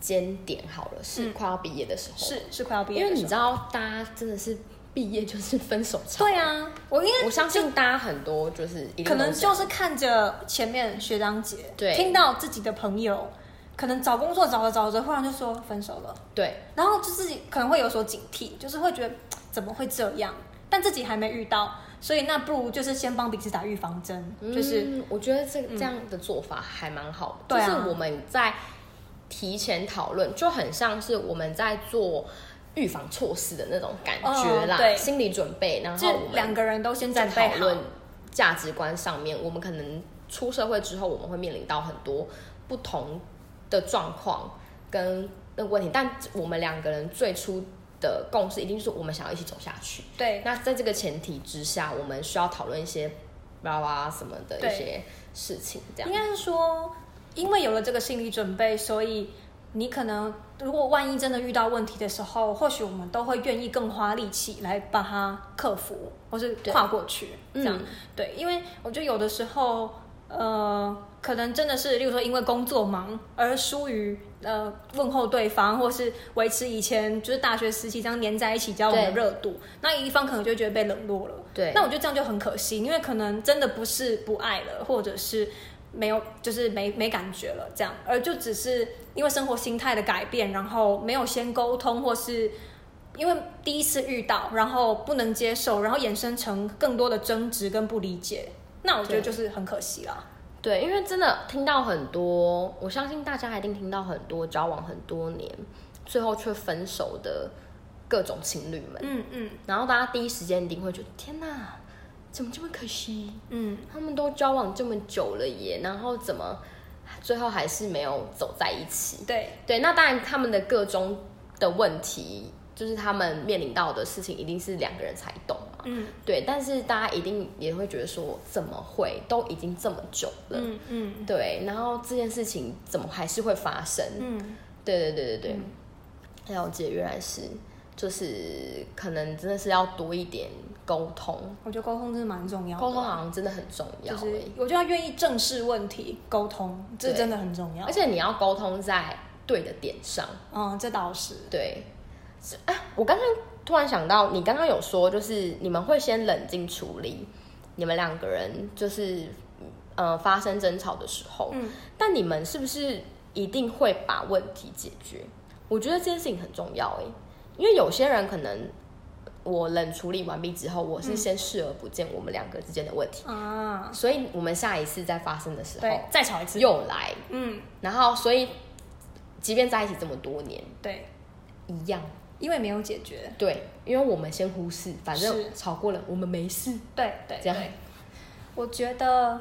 [SPEAKER 1] 间点好了，是
[SPEAKER 2] 嗯
[SPEAKER 1] 快要毕业的时候，
[SPEAKER 2] 是是快要毕业
[SPEAKER 1] 因
[SPEAKER 2] 的时候，
[SPEAKER 1] 为你知道，大家真的是毕业就是分手潮。
[SPEAKER 2] 对啊，我应该
[SPEAKER 1] 我相信大家很多就是一定
[SPEAKER 2] 可能
[SPEAKER 1] 都这样
[SPEAKER 2] 就是看着前面学长姐，
[SPEAKER 1] 对
[SPEAKER 2] 听到自己的朋友，可能找工作找着找着，忽然就说分手了。
[SPEAKER 1] 对，
[SPEAKER 2] 然后就自己可能会有所警惕，就是会觉得嘖嗯怎么会这样，但自己还没遇到，所以那不如就是先帮彼此打预防针，就是
[SPEAKER 1] 嗯我觉得这这样的做法还蛮好的，
[SPEAKER 2] 对啊
[SPEAKER 1] 就是我们在提前讨论，就很像是我们在做预防措施的那种感觉啦，
[SPEAKER 2] 哦对
[SPEAKER 1] 心理准备，然后
[SPEAKER 2] 这
[SPEAKER 1] 我们
[SPEAKER 2] 两个人都先
[SPEAKER 1] 在
[SPEAKER 2] 准备
[SPEAKER 1] 讨
[SPEAKER 2] 好
[SPEAKER 1] 论。价值观上面，我们可能出社会之后，我们会面临到很多不同的状况跟那个问题，但我们两个人最初的共识一定是我们想要一起走下去。
[SPEAKER 2] 对，
[SPEAKER 1] 那在这个前提之下，我们需要讨论一些巴拉什么的
[SPEAKER 2] 对
[SPEAKER 1] 一些事情，这样
[SPEAKER 2] 应该是说，因为有了这个心理准备，所以你可能如果万一真的遇到问题的时候，或许我们都会愿意更花力气来把它克服，或是跨过去。这样、
[SPEAKER 1] 嗯
[SPEAKER 2] 对，因为我觉得有的时候，呃，可能真的是，例如说因为工作忙而疏于呃问候对方，或是维持以前就是大学时期这样黏在一起交往的
[SPEAKER 1] 对
[SPEAKER 2] 热度，那一方可能就会觉得被冷落了。
[SPEAKER 1] 对
[SPEAKER 2] 那我觉得这样就很可惜，因为可能真的不是不爱了，或者是没有，就是没没感觉了这样，而就只是因为生活心态的改变，然后没有先沟通，或是因为第一次遇到，然后不能接受，然后衍生成更多的争执跟不理解，那我觉得
[SPEAKER 1] 对
[SPEAKER 2] 就是很可惜啦。
[SPEAKER 1] 对，因为真的听到很多，我相信大家一定听到很多交往很多年，最后却分手的各种情侣们，
[SPEAKER 2] 嗯嗯
[SPEAKER 1] 然后大家第一时间一定会觉得天哪，怎么这么可惜？
[SPEAKER 2] 嗯，
[SPEAKER 1] 他们都交往这么久了耶，然后怎么最后还是没有走在一起？
[SPEAKER 2] 对，
[SPEAKER 1] 对，那当然他们的各中的问题，就是他们面临到的事情，一定是两个人才懂嘛。
[SPEAKER 2] 嗯
[SPEAKER 1] 对，但是大家一定也会觉得说，怎么会都已经这么久了？
[SPEAKER 2] 嗯嗯
[SPEAKER 1] 对，然后这件事情怎么还是会发生？
[SPEAKER 2] 嗯，
[SPEAKER 1] 对对对对对，了解，原来是就是可能真的是要多一点沟通，
[SPEAKER 2] 我觉得沟通真的蛮重要的，
[SPEAKER 1] 沟通好像真的很重要、
[SPEAKER 2] 就
[SPEAKER 1] 欸。
[SPEAKER 2] 是我觉得要愿意正视问题，沟通这
[SPEAKER 1] 对
[SPEAKER 2] 真的很重要
[SPEAKER 1] 而。且你要沟通在对的点上。
[SPEAKER 2] 嗯，这倒是。
[SPEAKER 1] 对，是啊，我刚刚突然想到，你刚刚有说，就是你们会先冷静处理你们两个人就是呃发生争吵的时候，
[SPEAKER 2] 嗯
[SPEAKER 1] 但你们是不是一定会把问题解决？我觉得这件事情很重要诶，因为有些人可能我冷处理完毕之后，
[SPEAKER 2] 嗯
[SPEAKER 1] 我是先视而不见我们两个之间的问题，
[SPEAKER 2] 啊，
[SPEAKER 1] 所以我们下一次再发生的时
[SPEAKER 2] 对，
[SPEAKER 1] 候
[SPEAKER 2] 再吵一次。
[SPEAKER 1] 又来，
[SPEAKER 2] 嗯，
[SPEAKER 1] 然后所以即便在一起这么多年，
[SPEAKER 2] 对，
[SPEAKER 1] 一样。
[SPEAKER 2] 因为没有解决。
[SPEAKER 1] 对，因为我们先忽视，反
[SPEAKER 2] 是
[SPEAKER 1] 正吵过了，我们没事。
[SPEAKER 2] 对对
[SPEAKER 1] 这样
[SPEAKER 2] 对，我觉得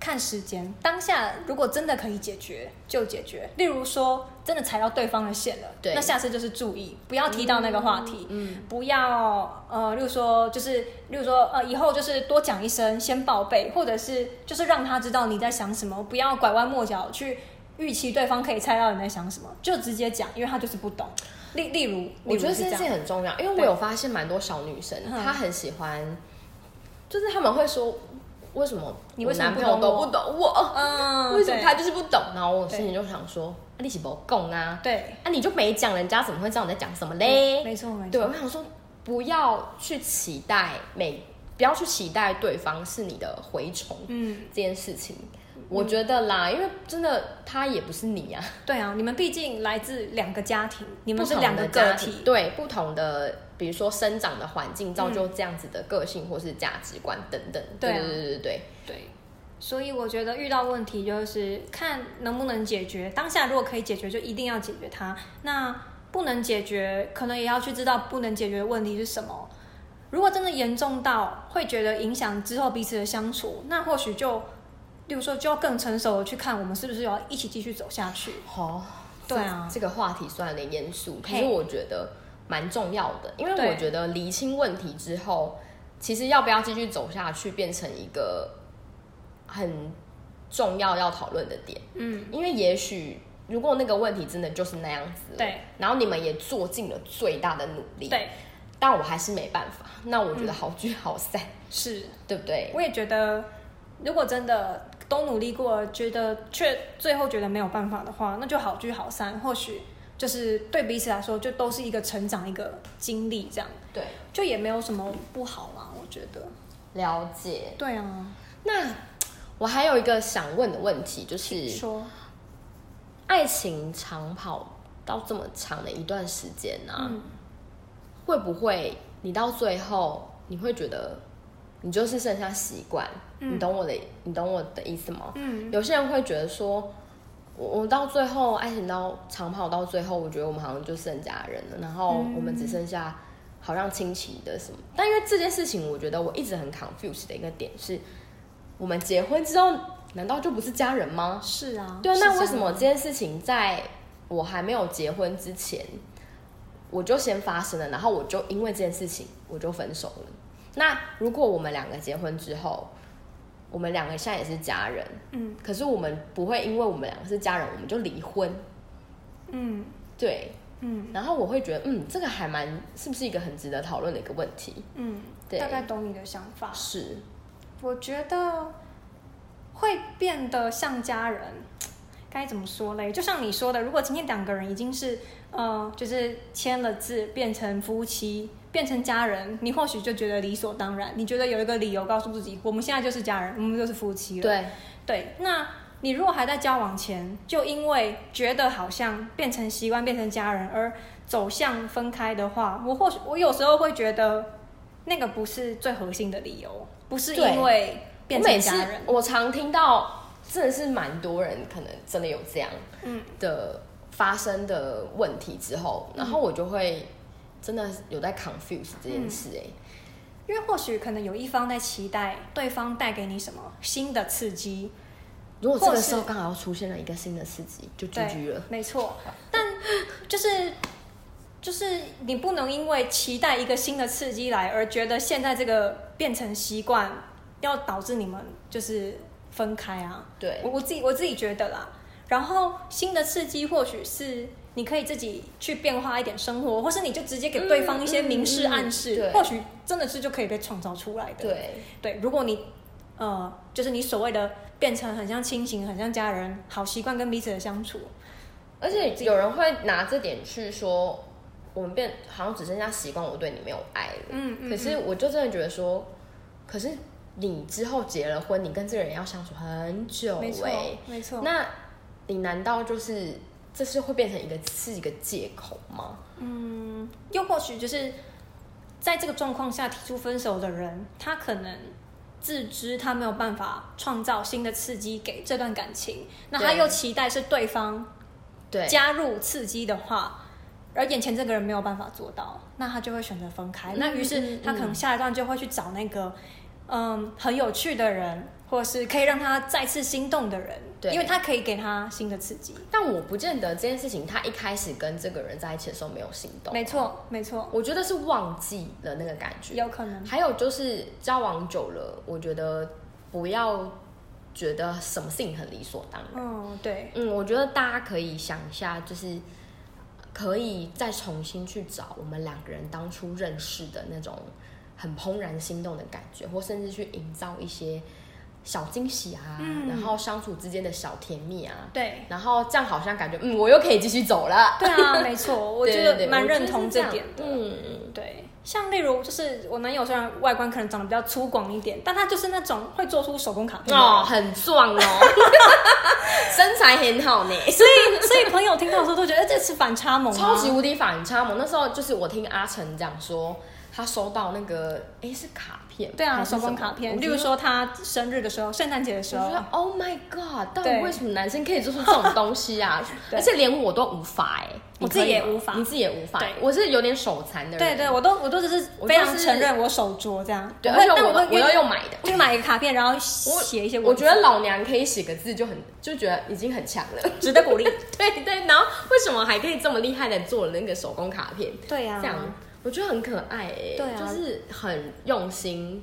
[SPEAKER 2] 看时间，当下如果真的可以解决就解决。例如说，真的踩到对方的线了，
[SPEAKER 1] 对
[SPEAKER 2] 那下次就是注意，不要提到那个话题，
[SPEAKER 1] 嗯，
[SPEAKER 2] 不要呃，例如说就是，例如说呃，以后就是多讲一声，先报备，或者是就是让他知道你在想什么，不要拐弯抹角去。预期对方可以猜到你在想什么，就直接讲，因为他就是不懂。例例如，
[SPEAKER 1] 我觉得这
[SPEAKER 2] 是
[SPEAKER 1] 件
[SPEAKER 2] 这
[SPEAKER 1] 事情
[SPEAKER 2] 样，
[SPEAKER 1] 很重要，因为我
[SPEAKER 2] 对
[SPEAKER 1] 有发现蛮多小女生，
[SPEAKER 2] 嗯
[SPEAKER 1] 她很喜欢，就是她们会说，为什么
[SPEAKER 2] 你
[SPEAKER 1] 我
[SPEAKER 2] 为什么
[SPEAKER 1] 男
[SPEAKER 2] 不
[SPEAKER 1] 朋友
[SPEAKER 2] 懂
[SPEAKER 1] 都
[SPEAKER 2] 我
[SPEAKER 1] 不懂我？
[SPEAKER 2] 嗯，
[SPEAKER 1] 为什么
[SPEAKER 2] 对
[SPEAKER 1] 他就是不懂？然后我心里
[SPEAKER 2] 对
[SPEAKER 1] 就想说，啊，你是不共啊？
[SPEAKER 2] 对
[SPEAKER 1] 啊，你就没讲，人家怎么会知道你在讲什么嘞？
[SPEAKER 2] 没错没
[SPEAKER 1] 对，
[SPEAKER 2] 错
[SPEAKER 1] 我，想说，不要去期待每，不要去期待对方是你的蛔虫
[SPEAKER 2] 嗯，
[SPEAKER 1] 这件事情。我觉得啦，因为真的他也不是你啊，
[SPEAKER 2] 对啊，你们毕竟来自两个家庭，你
[SPEAKER 1] 不
[SPEAKER 2] 们是
[SPEAKER 1] 同
[SPEAKER 2] 两
[SPEAKER 1] 的
[SPEAKER 2] 个
[SPEAKER 1] 家
[SPEAKER 2] 个
[SPEAKER 1] 庭
[SPEAKER 2] 体，
[SPEAKER 1] 对不同的，比如说生长的环境，造就这样子的个性或是价值观等等。
[SPEAKER 2] 嗯对啊
[SPEAKER 1] 对对对对
[SPEAKER 2] 对所以我觉得遇到问题就是看能不能解决，当下如果可以解决，就一定要解决它。那不能解决，可能也要去知道不能解决的问题是什么。如果真的严重到会觉得影响之后彼此的相处，那或许就，例如说就要更成熟的去看我们是不是要一起继续走下去。
[SPEAKER 1] 好，
[SPEAKER 2] 对啊，
[SPEAKER 1] 这个话题虽然有点严肃，可
[SPEAKER 2] 嘿
[SPEAKER 1] 是我觉得蛮重要的，因为
[SPEAKER 2] 对
[SPEAKER 1] 我觉得厘清问题之后，其实要不要继续走下去，变成一个很重要要讨论的点。
[SPEAKER 2] 嗯，
[SPEAKER 1] 因为也许如果那个问题真的就是那样子了，
[SPEAKER 2] 对，
[SPEAKER 1] 然后你们也做尽了最大的努力，
[SPEAKER 2] 对，
[SPEAKER 1] 但我还是没办法，那我觉
[SPEAKER 2] 嗯
[SPEAKER 1] 得好聚好散，
[SPEAKER 2] 是。
[SPEAKER 1] 对不对？
[SPEAKER 2] 我也觉得，如果真的都努力过了，觉得却最后觉得没有办法的话，那就好聚好散。或许就是对彼此来说，就都是一个成长、一个经历，这样
[SPEAKER 1] 对，
[SPEAKER 2] 就也没有什么不好啦。我觉得，
[SPEAKER 1] 了解。
[SPEAKER 2] 对啊，
[SPEAKER 1] 那我还有一个想问的问题，就是
[SPEAKER 2] 说
[SPEAKER 1] 爱情长跑到这么长的一段时间呢、
[SPEAKER 2] 嗯
[SPEAKER 1] 会不会你到最后你会觉得你就是剩下习惯？
[SPEAKER 2] 嗯
[SPEAKER 1] 你懂我的，你懂我的意思吗？
[SPEAKER 2] 嗯
[SPEAKER 1] 有些人会觉得说，我我到最后爱情到长跑到最后，我觉得我们好像就剩家人了，然后我们只剩下好像亲情的什么。但因为这件事情，我觉得我一直很 confused 的一个点是，我们结婚之后难道就不是家人吗？
[SPEAKER 2] 是啊，
[SPEAKER 1] 对啊，
[SPEAKER 2] 是这
[SPEAKER 1] 那
[SPEAKER 2] 样
[SPEAKER 1] 为什么这件事情在我还没有结婚之前，我就先发生了，然后我就因为这件事情我就分手了？那如果我们两个结婚之后，我们两个现在也是家人，
[SPEAKER 2] 嗯
[SPEAKER 1] 可是我们不会因为我们两个是家人，我们就离婚。
[SPEAKER 2] 嗯
[SPEAKER 1] 对，
[SPEAKER 2] 嗯
[SPEAKER 1] 然后我会觉得，嗯，这个还蛮是不是一个很值得讨论的一个问题？
[SPEAKER 2] 嗯，
[SPEAKER 1] 对
[SPEAKER 2] 大概懂你的想法。
[SPEAKER 1] 是，
[SPEAKER 2] 我觉得会变得像家人，该怎么说嘞？就像你说的，如果今天两个人已经是呃，就是签了字，变成夫妻，变成家人，你或许就觉得理所当然，你觉得有一个理由告诉自己，我们现在就是家人，我们就是夫妻了。
[SPEAKER 1] 对，
[SPEAKER 2] 对，那你如果还在交往前就因为觉得好像变成习惯、变成家人而走向分开的话，我或许我有时候会觉得那个不是最核心的理由，不是
[SPEAKER 1] 对
[SPEAKER 2] 因为
[SPEAKER 1] 我
[SPEAKER 2] 变
[SPEAKER 1] 每
[SPEAKER 2] 成
[SPEAKER 1] 次
[SPEAKER 2] 家人。
[SPEAKER 1] 我常听到，真的是蛮多人可能真的有这样
[SPEAKER 2] 嗯
[SPEAKER 1] 的发生的问题之后，然后我就会真的有在 confuse 这件事、欸，
[SPEAKER 2] 嗯因为或许可能有一方在期待对方带给你什么新的刺激，
[SPEAKER 1] 如果这
[SPEAKER 2] 或
[SPEAKER 1] 个
[SPEAKER 2] 是
[SPEAKER 1] 时候刚好出现了一个新的刺激，就 GG
[SPEAKER 2] 对
[SPEAKER 1] 了，。
[SPEAKER 2] 没错。但就是就是你不能因为期待一个新的刺激来，而觉得现在这个变成习惯，要导致你们就是分开啊。
[SPEAKER 1] 对
[SPEAKER 2] 我我自己我自己觉得啦。然后新的刺激或许是你可以自己去变化一点生活，或是你就直接给对方一些明示
[SPEAKER 1] 嗯嗯嗯
[SPEAKER 2] 暗示，
[SPEAKER 1] 对
[SPEAKER 2] 或许真的是就可以被创造出来的。
[SPEAKER 1] 对，
[SPEAKER 2] 对，如果你呃，就是你所谓的变成很像亲情、很像家人，好习惯跟彼此的相处，
[SPEAKER 1] 而且有人会拿这点去说，我们变好像只剩下习惯，我对你没有爱了。
[SPEAKER 2] 嗯嗯
[SPEAKER 1] 可是我就真的觉得说，可是你之后结了婚，你跟这个人要相处很久、
[SPEAKER 2] 没错
[SPEAKER 1] 欸，，
[SPEAKER 2] 没错。
[SPEAKER 1] 那你难道就是这是会变成一个是一个借口吗？
[SPEAKER 2] 嗯，又或许就是在这个状况下提出分手的人，他可能自知他没有办法创造新的刺激给这段感情，那他
[SPEAKER 1] 对
[SPEAKER 2] 又期待是对方
[SPEAKER 1] 对，
[SPEAKER 2] 加入刺激的话。而眼前这个人没有办法做到，那他就会选择分开。那
[SPEAKER 1] 嗯
[SPEAKER 2] 于
[SPEAKER 1] 嗯
[SPEAKER 2] 是
[SPEAKER 1] 嗯
[SPEAKER 2] 他可能下一段就会去找那个，嗯，很有趣的人，或是可以让他再次心动的人，
[SPEAKER 1] 对
[SPEAKER 2] 因为他可以给他新的刺激。
[SPEAKER 1] 但我不见得这件事情，他一开始跟这个人在一起的时候没有心动，
[SPEAKER 2] 没错，没错，
[SPEAKER 1] 我觉得是忘记了那个感觉，
[SPEAKER 2] 有可能。
[SPEAKER 1] 还有就是交往久了，我觉得不要觉得什么事情很理所当然。
[SPEAKER 2] 嗯，对，
[SPEAKER 1] 嗯，我觉得大家可以想一下，就是可以再重新去找我们两个人当初认识的那种很怦然心动的感觉，或甚至去营造一些小惊喜啊，
[SPEAKER 2] 嗯
[SPEAKER 1] 然后相处之间的小甜蜜啊，
[SPEAKER 2] 对，
[SPEAKER 1] 然后这样好像感觉嗯，我又可以继续走了。
[SPEAKER 2] 对啊，没错，我
[SPEAKER 1] 对
[SPEAKER 2] 觉
[SPEAKER 1] 对
[SPEAKER 2] 得
[SPEAKER 1] 对
[SPEAKER 2] 蛮
[SPEAKER 1] 我觉
[SPEAKER 2] 认
[SPEAKER 1] 是
[SPEAKER 2] 同
[SPEAKER 1] 这
[SPEAKER 2] 这
[SPEAKER 1] 样
[SPEAKER 2] 点的。
[SPEAKER 1] 嗯，
[SPEAKER 2] 对，像例如就是我男友虽然外观可能长得比较粗犷一点，但他就是那种会做出手工卡片的人
[SPEAKER 1] 哦，。很壮哦， 身材很好呢。
[SPEAKER 2] 所以，所以朋友听到的时候都觉得，呃这是反差萌、啊，
[SPEAKER 1] 超级无敌反差萌。那时候就是我听阿成讲说，他收到那个诶是卡片，
[SPEAKER 2] 对啊，
[SPEAKER 1] 还是
[SPEAKER 2] 手工
[SPEAKER 1] 什么
[SPEAKER 2] 卡片，
[SPEAKER 1] 我
[SPEAKER 2] 例
[SPEAKER 1] 就
[SPEAKER 2] 如说他生日的时候、圣诞节的时
[SPEAKER 1] 我觉
[SPEAKER 2] 候
[SPEAKER 1] 得，Oh my God，到底
[SPEAKER 2] 对
[SPEAKER 1] 为什么男生可以做出这种东西 啊？
[SPEAKER 2] 对
[SPEAKER 1] 而且连我都无法哎、
[SPEAKER 2] 我
[SPEAKER 1] 你可以
[SPEAKER 2] 自己也
[SPEAKER 1] 吗
[SPEAKER 2] 无法
[SPEAKER 1] 你自己也无法
[SPEAKER 2] 对，
[SPEAKER 1] 我是有点手残的人，
[SPEAKER 2] 对对，我都我都只是
[SPEAKER 1] 我
[SPEAKER 2] 非
[SPEAKER 1] 就
[SPEAKER 2] 常
[SPEAKER 1] 是
[SPEAKER 2] 承认我手拙这样，
[SPEAKER 1] 对，
[SPEAKER 2] 会
[SPEAKER 1] 而且
[SPEAKER 2] 但
[SPEAKER 1] 我
[SPEAKER 2] 我
[SPEAKER 1] 我要
[SPEAKER 2] 用
[SPEAKER 1] 用买的。
[SPEAKER 2] 就买一个卡片，然后
[SPEAKER 1] 我
[SPEAKER 2] 写一些
[SPEAKER 1] 我
[SPEAKER 2] 文
[SPEAKER 1] 觉
[SPEAKER 2] 字
[SPEAKER 1] 得老娘可以写个字就很就觉得已经很强了，
[SPEAKER 2] 值得鼓励。
[SPEAKER 1] 对对。然后为什么还可以这么厉害的做了那个手工卡片？
[SPEAKER 2] 对啊呀、
[SPEAKER 1] 这样我觉得很可爱哎、
[SPEAKER 2] 对啊
[SPEAKER 1] 就是很用心，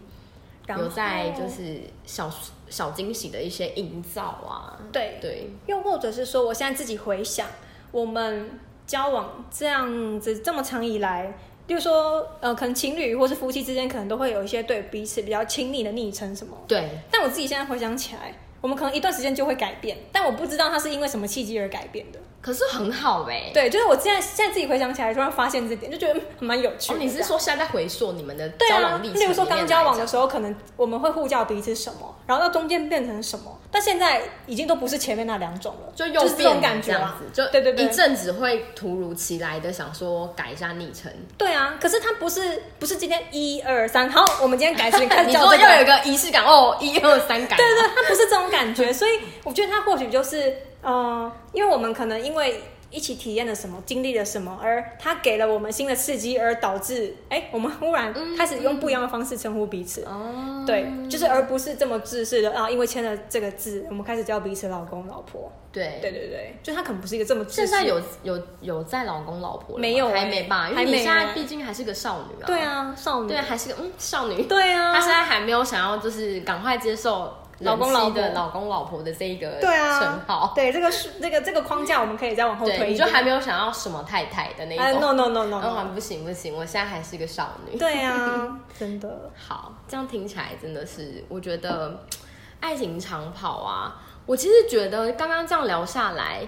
[SPEAKER 2] 然
[SPEAKER 1] 有
[SPEAKER 2] 后
[SPEAKER 1] 在就是小小惊喜的一些营造啊，
[SPEAKER 2] 对
[SPEAKER 1] 对，
[SPEAKER 2] 又或者是说，我现在自己回想我们交往这样子这么长以来，例如说，呃，可能情侣或是夫妻之间，可能都会有一些对彼此比较亲密的昵称什么。
[SPEAKER 1] 对，
[SPEAKER 2] 但我自己现在回想起来，我们可能一段时间就会改变，但我不知道它是因为什么契机而改变的。
[SPEAKER 1] 可是很好哎、
[SPEAKER 2] 对，就是我现在现在自己回想起来，突然发现这点，就觉得嗯蛮有
[SPEAKER 1] 哦，
[SPEAKER 2] 趣的。
[SPEAKER 1] 你是说现在在回溯你们的
[SPEAKER 2] 对
[SPEAKER 1] 交
[SPEAKER 2] 啊，
[SPEAKER 1] 往历程？
[SPEAKER 2] 例如说刚交往的，时候，可能我们会互叫彼此什么，然后到中间变成什么，但现在已经都不是前面那两种了，
[SPEAKER 1] 就又
[SPEAKER 2] 是这种
[SPEAKER 1] 变
[SPEAKER 2] 感觉
[SPEAKER 1] 这
[SPEAKER 2] 啦
[SPEAKER 1] 样子，就
[SPEAKER 2] 对对对
[SPEAKER 1] 一，阵子会突如其来的想说改一下昵称，
[SPEAKER 2] 对啊。可是他不是不是今天一二三，好，我们今天改成开 始
[SPEAKER 1] 你
[SPEAKER 2] 叫
[SPEAKER 1] 说
[SPEAKER 2] 这
[SPEAKER 1] 要有一
[SPEAKER 2] 个，
[SPEAKER 1] 个仪式感哦，一二三改，
[SPEAKER 2] 对对，他不是这种感觉，所以我觉得他或许就是呃，因为我们可能因为。一起体验了什么，经历了什么，而他给了我们新的刺激，而导致哎、我们忽然
[SPEAKER 1] 嗯
[SPEAKER 2] 开始用不一样的方式称呼彼此。
[SPEAKER 1] 哦，
[SPEAKER 2] 对，就是而不是这么自私的啊，因为签了这个字，我们开始叫彼此老公老婆。
[SPEAKER 1] 对
[SPEAKER 2] 对对对，就他可能不是一个这么自私。
[SPEAKER 1] 现在有有有在老公老婆了吗
[SPEAKER 2] 没有欸
[SPEAKER 1] 还没吧？因为
[SPEAKER 2] 还
[SPEAKER 1] 你
[SPEAKER 2] 没
[SPEAKER 1] 现在
[SPEAKER 2] 欸
[SPEAKER 1] 毕竟还是个少女啊。
[SPEAKER 2] 对，啊，少女
[SPEAKER 1] 对，还是个嗯少女。
[SPEAKER 2] 对啊，
[SPEAKER 1] 她现在还没有想要就是赶快接受人
[SPEAKER 2] 老公
[SPEAKER 1] 妻
[SPEAKER 2] 老
[SPEAKER 1] 的
[SPEAKER 2] 婆
[SPEAKER 1] 老公老婆的这一个
[SPEAKER 2] 对啊，
[SPEAKER 1] 称号。
[SPEAKER 2] 对这个是这个这个框架，我们可以再往后推
[SPEAKER 1] 对，
[SPEAKER 2] 一
[SPEAKER 1] 你就
[SPEAKER 2] 点。
[SPEAKER 1] 还没有想要什么太太的那
[SPEAKER 2] 哎
[SPEAKER 1] 一
[SPEAKER 2] ，no
[SPEAKER 1] 种。
[SPEAKER 2] no no no，,
[SPEAKER 1] 嗯，还
[SPEAKER 2] no
[SPEAKER 1] 不行不行，我现在还是个少女。
[SPEAKER 2] 对啊，真的，
[SPEAKER 1] 好，这样听起来真的是，我觉得爱情长跑啊，我其实觉得刚刚这样聊下来，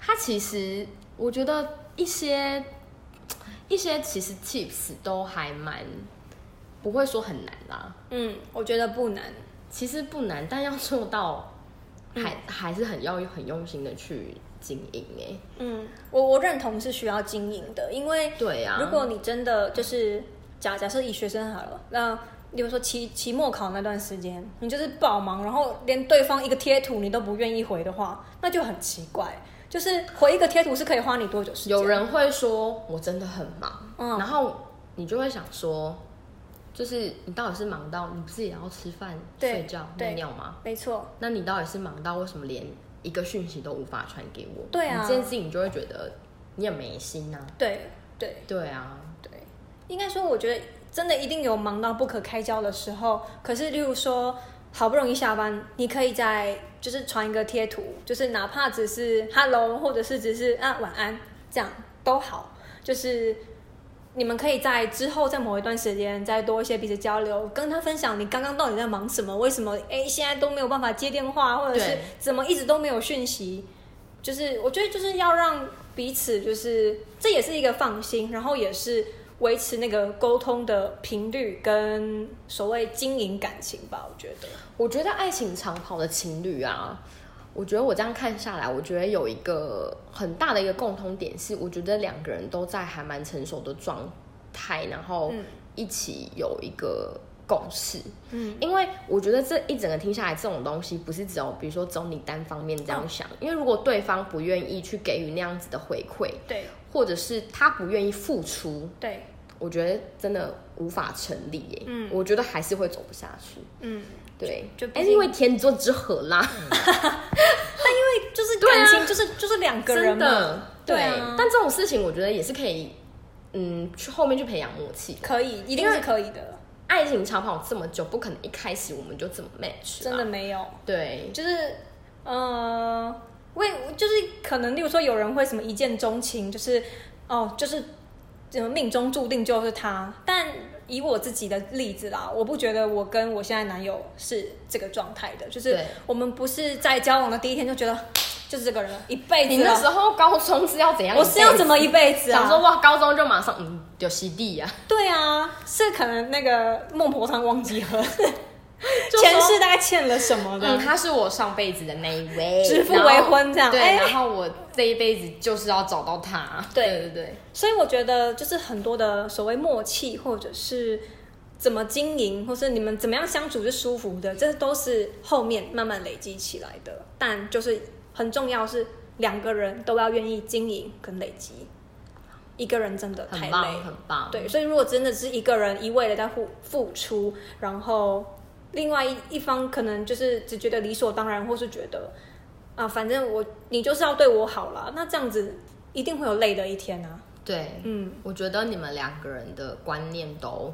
[SPEAKER 1] 它其实我觉得一些一些其实 tips 都还蛮不会说很难啦，
[SPEAKER 2] 嗯，我觉得不难，
[SPEAKER 1] 其实不难，但要做到还、还是很要很用心的去经营哎、
[SPEAKER 2] 嗯，我我认同是需要经营的，因为
[SPEAKER 1] 对啊，
[SPEAKER 2] 如果你真的就是假假设以学生好了，那比如说期期末考那段时间，你就是爆忙，然后连对方一个贴图你都不愿意回的话，那就很奇怪。就是回一个贴图是可以花你多久时间？
[SPEAKER 1] 有人会说我真的很忙，
[SPEAKER 2] 嗯
[SPEAKER 1] 然后你就会想说，就是你到底是忙到你不是也要吃饭、
[SPEAKER 2] 对
[SPEAKER 1] 睡觉、
[SPEAKER 2] 对
[SPEAKER 1] 尿尿吗？
[SPEAKER 2] 没错，
[SPEAKER 1] 那你到底是忙到为什么连一个讯息都无法传给我？
[SPEAKER 2] 对啊
[SPEAKER 1] 你这件事情你就会觉得你也没心啊。
[SPEAKER 2] 对对
[SPEAKER 1] 对啊，
[SPEAKER 2] 对，应该说我觉得真的一定有忙到不可开交的时候。可是例如说好不容易下班，你可以在就是传一个贴图，就是哪怕只是 hello 或者是只是啊晚安这样都好，就是。你们可以在之后，在某一段时间再多一些彼此交流，跟他分享你刚刚到底在忙什么，为什么哎现在都没有办法接电话，或者是
[SPEAKER 1] 对
[SPEAKER 2] 怎么一直都没有讯息，就是我觉得就是要让彼此就是这也是一个放心，然后也是维持那个沟通的频率跟所谓经营感情吧，我觉得。
[SPEAKER 1] 我觉得爱情长跑的情侣啊，我觉得我这样看下来，我觉得有一个很大的一个共通点是，我觉得两个人都在还蛮成熟的状态，然后
[SPEAKER 2] 嗯
[SPEAKER 1] 一起有一个共识。
[SPEAKER 2] 嗯
[SPEAKER 1] 因为我觉得这一整个听下来，这种东西不是只有，比如说只有你单方面这样想，
[SPEAKER 2] 嗯
[SPEAKER 1] 因为如果对方不愿意去给予那样子的回馈，
[SPEAKER 2] 对
[SPEAKER 1] 或者是他不愿意付出，
[SPEAKER 2] 对，
[SPEAKER 1] 我觉得真的无法成立耶。
[SPEAKER 2] 嗯
[SPEAKER 1] 我觉得还是会走不下去。
[SPEAKER 2] 嗯，
[SPEAKER 1] 对，
[SPEAKER 2] 就
[SPEAKER 1] 哎，
[SPEAKER 2] 毕竟
[SPEAKER 1] 因为天作之合啦，
[SPEAKER 2] 对，就是
[SPEAKER 1] 对啊
[SPEAKER 2] 感情，就是就是两个人
[SPEAKER 1] 真
[SPEAKER 2] 嘛，
[SPEAKER 1] 的。
[SPEAKER 2] 对
[SPEAKER 1] 对
[SPEAKER 2] 啊，
[SPEAKER 1] 但这种事情我觉得也是可以，嗯，去后面去培养默契。
[SPEAKER 2] 可以，一定是可以的，
[SPEAKER 1] 爱情长跑这么久，不可能一开始我们就这么 match，
[SPEAKER 2] 真
[SPEAKER 1] 啦
[SPEAKER 2] 的没有，
[SPEAKER 1] 对，
[SPEAKER 2] 就是呃，为就是可能，例如说有人会什么一见钟情，就是哦，就是呃命中注定就是他。但以我自己的例子啦，我不觉得我跟我现在男友是这个状态的，就是
[SPEAKER 1] 对
[SPEAKER 2] 我们不是在交往的第一天就觉得就是这个人了，一辈
[SPEAKER 1] 你
[SPEAKER 2] 子
[SPEAKER 1] 那时
[SPEAKER 2] 了。
[SPEAKER 1] 候高中啊是要怎样？
[SPEAKER 2] 我是要怎么一辈子啊？
[SPEAKER 1] 想说哇，高中就马上嗯，有洗地呀、
[SPEAKER 2] 对啊，是可能那个孟婆汤忘记喝，
[SPEAKER 1] 就说
[SPEAKER 2] 前世大概欠了什么的。
[SPEAKER 1] 嗯，他是我上辈子的那一位，
[SPEAKER 2] 指腹
[SPEAKER 1] 然后
[SPEAKER 2] 为婚这样
[SPEAKER 1] 对，
[SPEAKER 2] 哎
[SPEAKER 1] 然后我这一辈子就是要找到他，
[SPEAKER 2] 对
[SPEAKER 1] 对对对，
[SPEAKER 2] 所以我觉得，就是很多的所谓默契，或者是怎么经营，或是你们怎么样相处是舒服的，这都是后面慢慢累积起来的。但就是很重要是两个人都要愿意经营跟累积，一个人真的太
[SPEAKER 1] 很
[SPEAKER 2] 累
[SPEAKER 1] 棒，。很棒，
[SPEAKER 2] 对，所以如果真的是一个人一味的在付付出，然后另外一一方可能就是只觉得理所当然，或是觉得啊，反正我你就是要对我好啦，那这样子一定会有累的一天啊。
[SPEAKER 1] 对，
[SPEAKER 2] 嗯
[SPEAKER 1] 我觉得你们两个人的观念都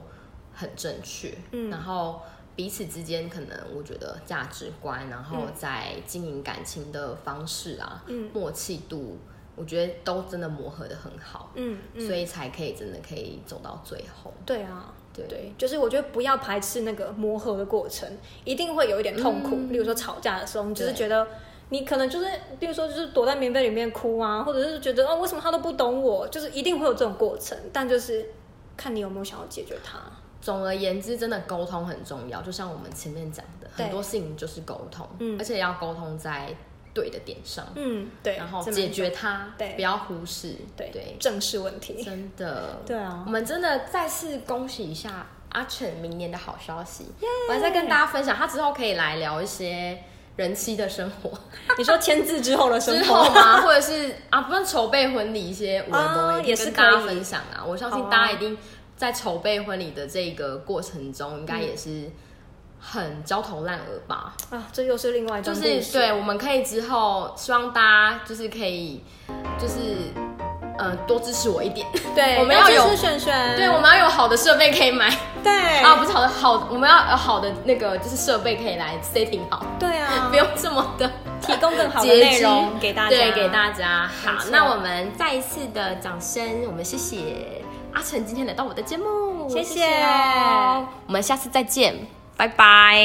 [SPEAKER 1] 很正确，
[SPEAKER 2] 嗯
[SPEAKER 1] 然后彼此之间可能我觉得价值观，然后在经营感情的方式啊，
[SPEAKER 2] 嗯
[SPEAKER 1] 默契度，我觉得都真的磨合的很好，
[SPEAKER 2] 嗯，嗯
[SPEAKER 1] 所以才可以真的可以走到最后，
[SPEAKER 2] 对啊，
[SPEAKER 1] 对
[SPEAKER 2] 对，就是我觉得不要排斥那个磨合的过程，一定会有一点痛苦。
[SPEAKER 1] 嗯
[SPEAKER 2] 例如说吵架的时候，你就是
[SPEAKER 1] 对
[SPEAKER 2] 觉得你可能就是，比如说就是躲在棉被里面哭啊，或者是觉得哦为什么他都不懂我，就是一定会有这种过程。但就是看你有没有想要解决它。
[SPEAKER 1] 总而言之，真的沟通很重要，就像我们前面讲的，
[SPEAKER 2] 对
[SPEAKER 1] 很多事情就是沟通，
[SPEAKER 2] 嗯
[SPEAKER 1] 而且要沟通在对的点上，
[SPEAKER 2] 嗯，对，
[SPEAKER 1] 然后
[SPEAKER 2] 这么
[SPEAKER 1] 解决它，
[SPEAKER 2] 对
[SPEAKER 1] 不要忽视，
[SPEAKER 2] 对
[SPEAKER 1] 对，
[SPEAKER 2] 正视问题。
[SPEAKER 1] 真的，
[SPEAKER 2] 对啊
[SPEAKER 1] 我们真的再次恭喜一下阿成明年的好消息，我还在跟大家分享，他之后可以来聊一些人妻的生活，
[SPEAKER 2] 你说签字之后的生
[SPEAKER 1] 之
[SPEAKER 2] 活
[SPEAKER 1] 后吗？或者是啊，不是筹备婚礼一些我
[SPEAKER 2] 啊
[SPEAKER 1] 的
[SPEAKER 2] 也是
[SPEAKER 1] 跟大家
[SPEAKER 2] 可以
[SPEAKER 1] 分享啊。我相
[SPEAKER 2] 好
[SPEAKER 1] 信
[SPEAKER 2] 啊
[SPEAKER 1] 大家一定在筹备婚礼的这个过程中，
[SPEAKER 2] 嗯
[SPEAKER 1] 应该也是很焦头烂额吧。
[SPEAKER 2] 啊，这又是另外一
[SPEAKER 1] 就
[SPEAKER 2] 段故
[SPEAKER 1] 是
[SPEAKER 2] 事
[SPEAKER 1] 对，我们可以之后希望大家就是可以就是呃多支持我一点，
[SPEAKER 2] 对，
[SPEAKER 1] 我们要有
[SPEAKER 2] 是璇璇，
[SPEAKER 1] 对，我们要有好的设备可以买。
[SPEAKER 2] 对
[SPEAKER 1] 啊，不是好的好，我们要有好的那个就是设备可以来 setting 好，
[SPEAKER 2] 对啊，
[SPEAKER 1] 不用这么的
[SPEAKER 2] 提供更好的
[SPEAKER 1] 拮据
[SPEAKER 2] 内容给大家，
[SPEAKER 1] 对，给大家。好
[SPEAKER 2] 没错，
[SPEAKER 1] 那我们再一次的掌声，我们谢谢阿成今天来到我的节目，
[SPEAKER 2] 谢谢
[SPEAKER 1] 谢哦我们下次再见，拜拜。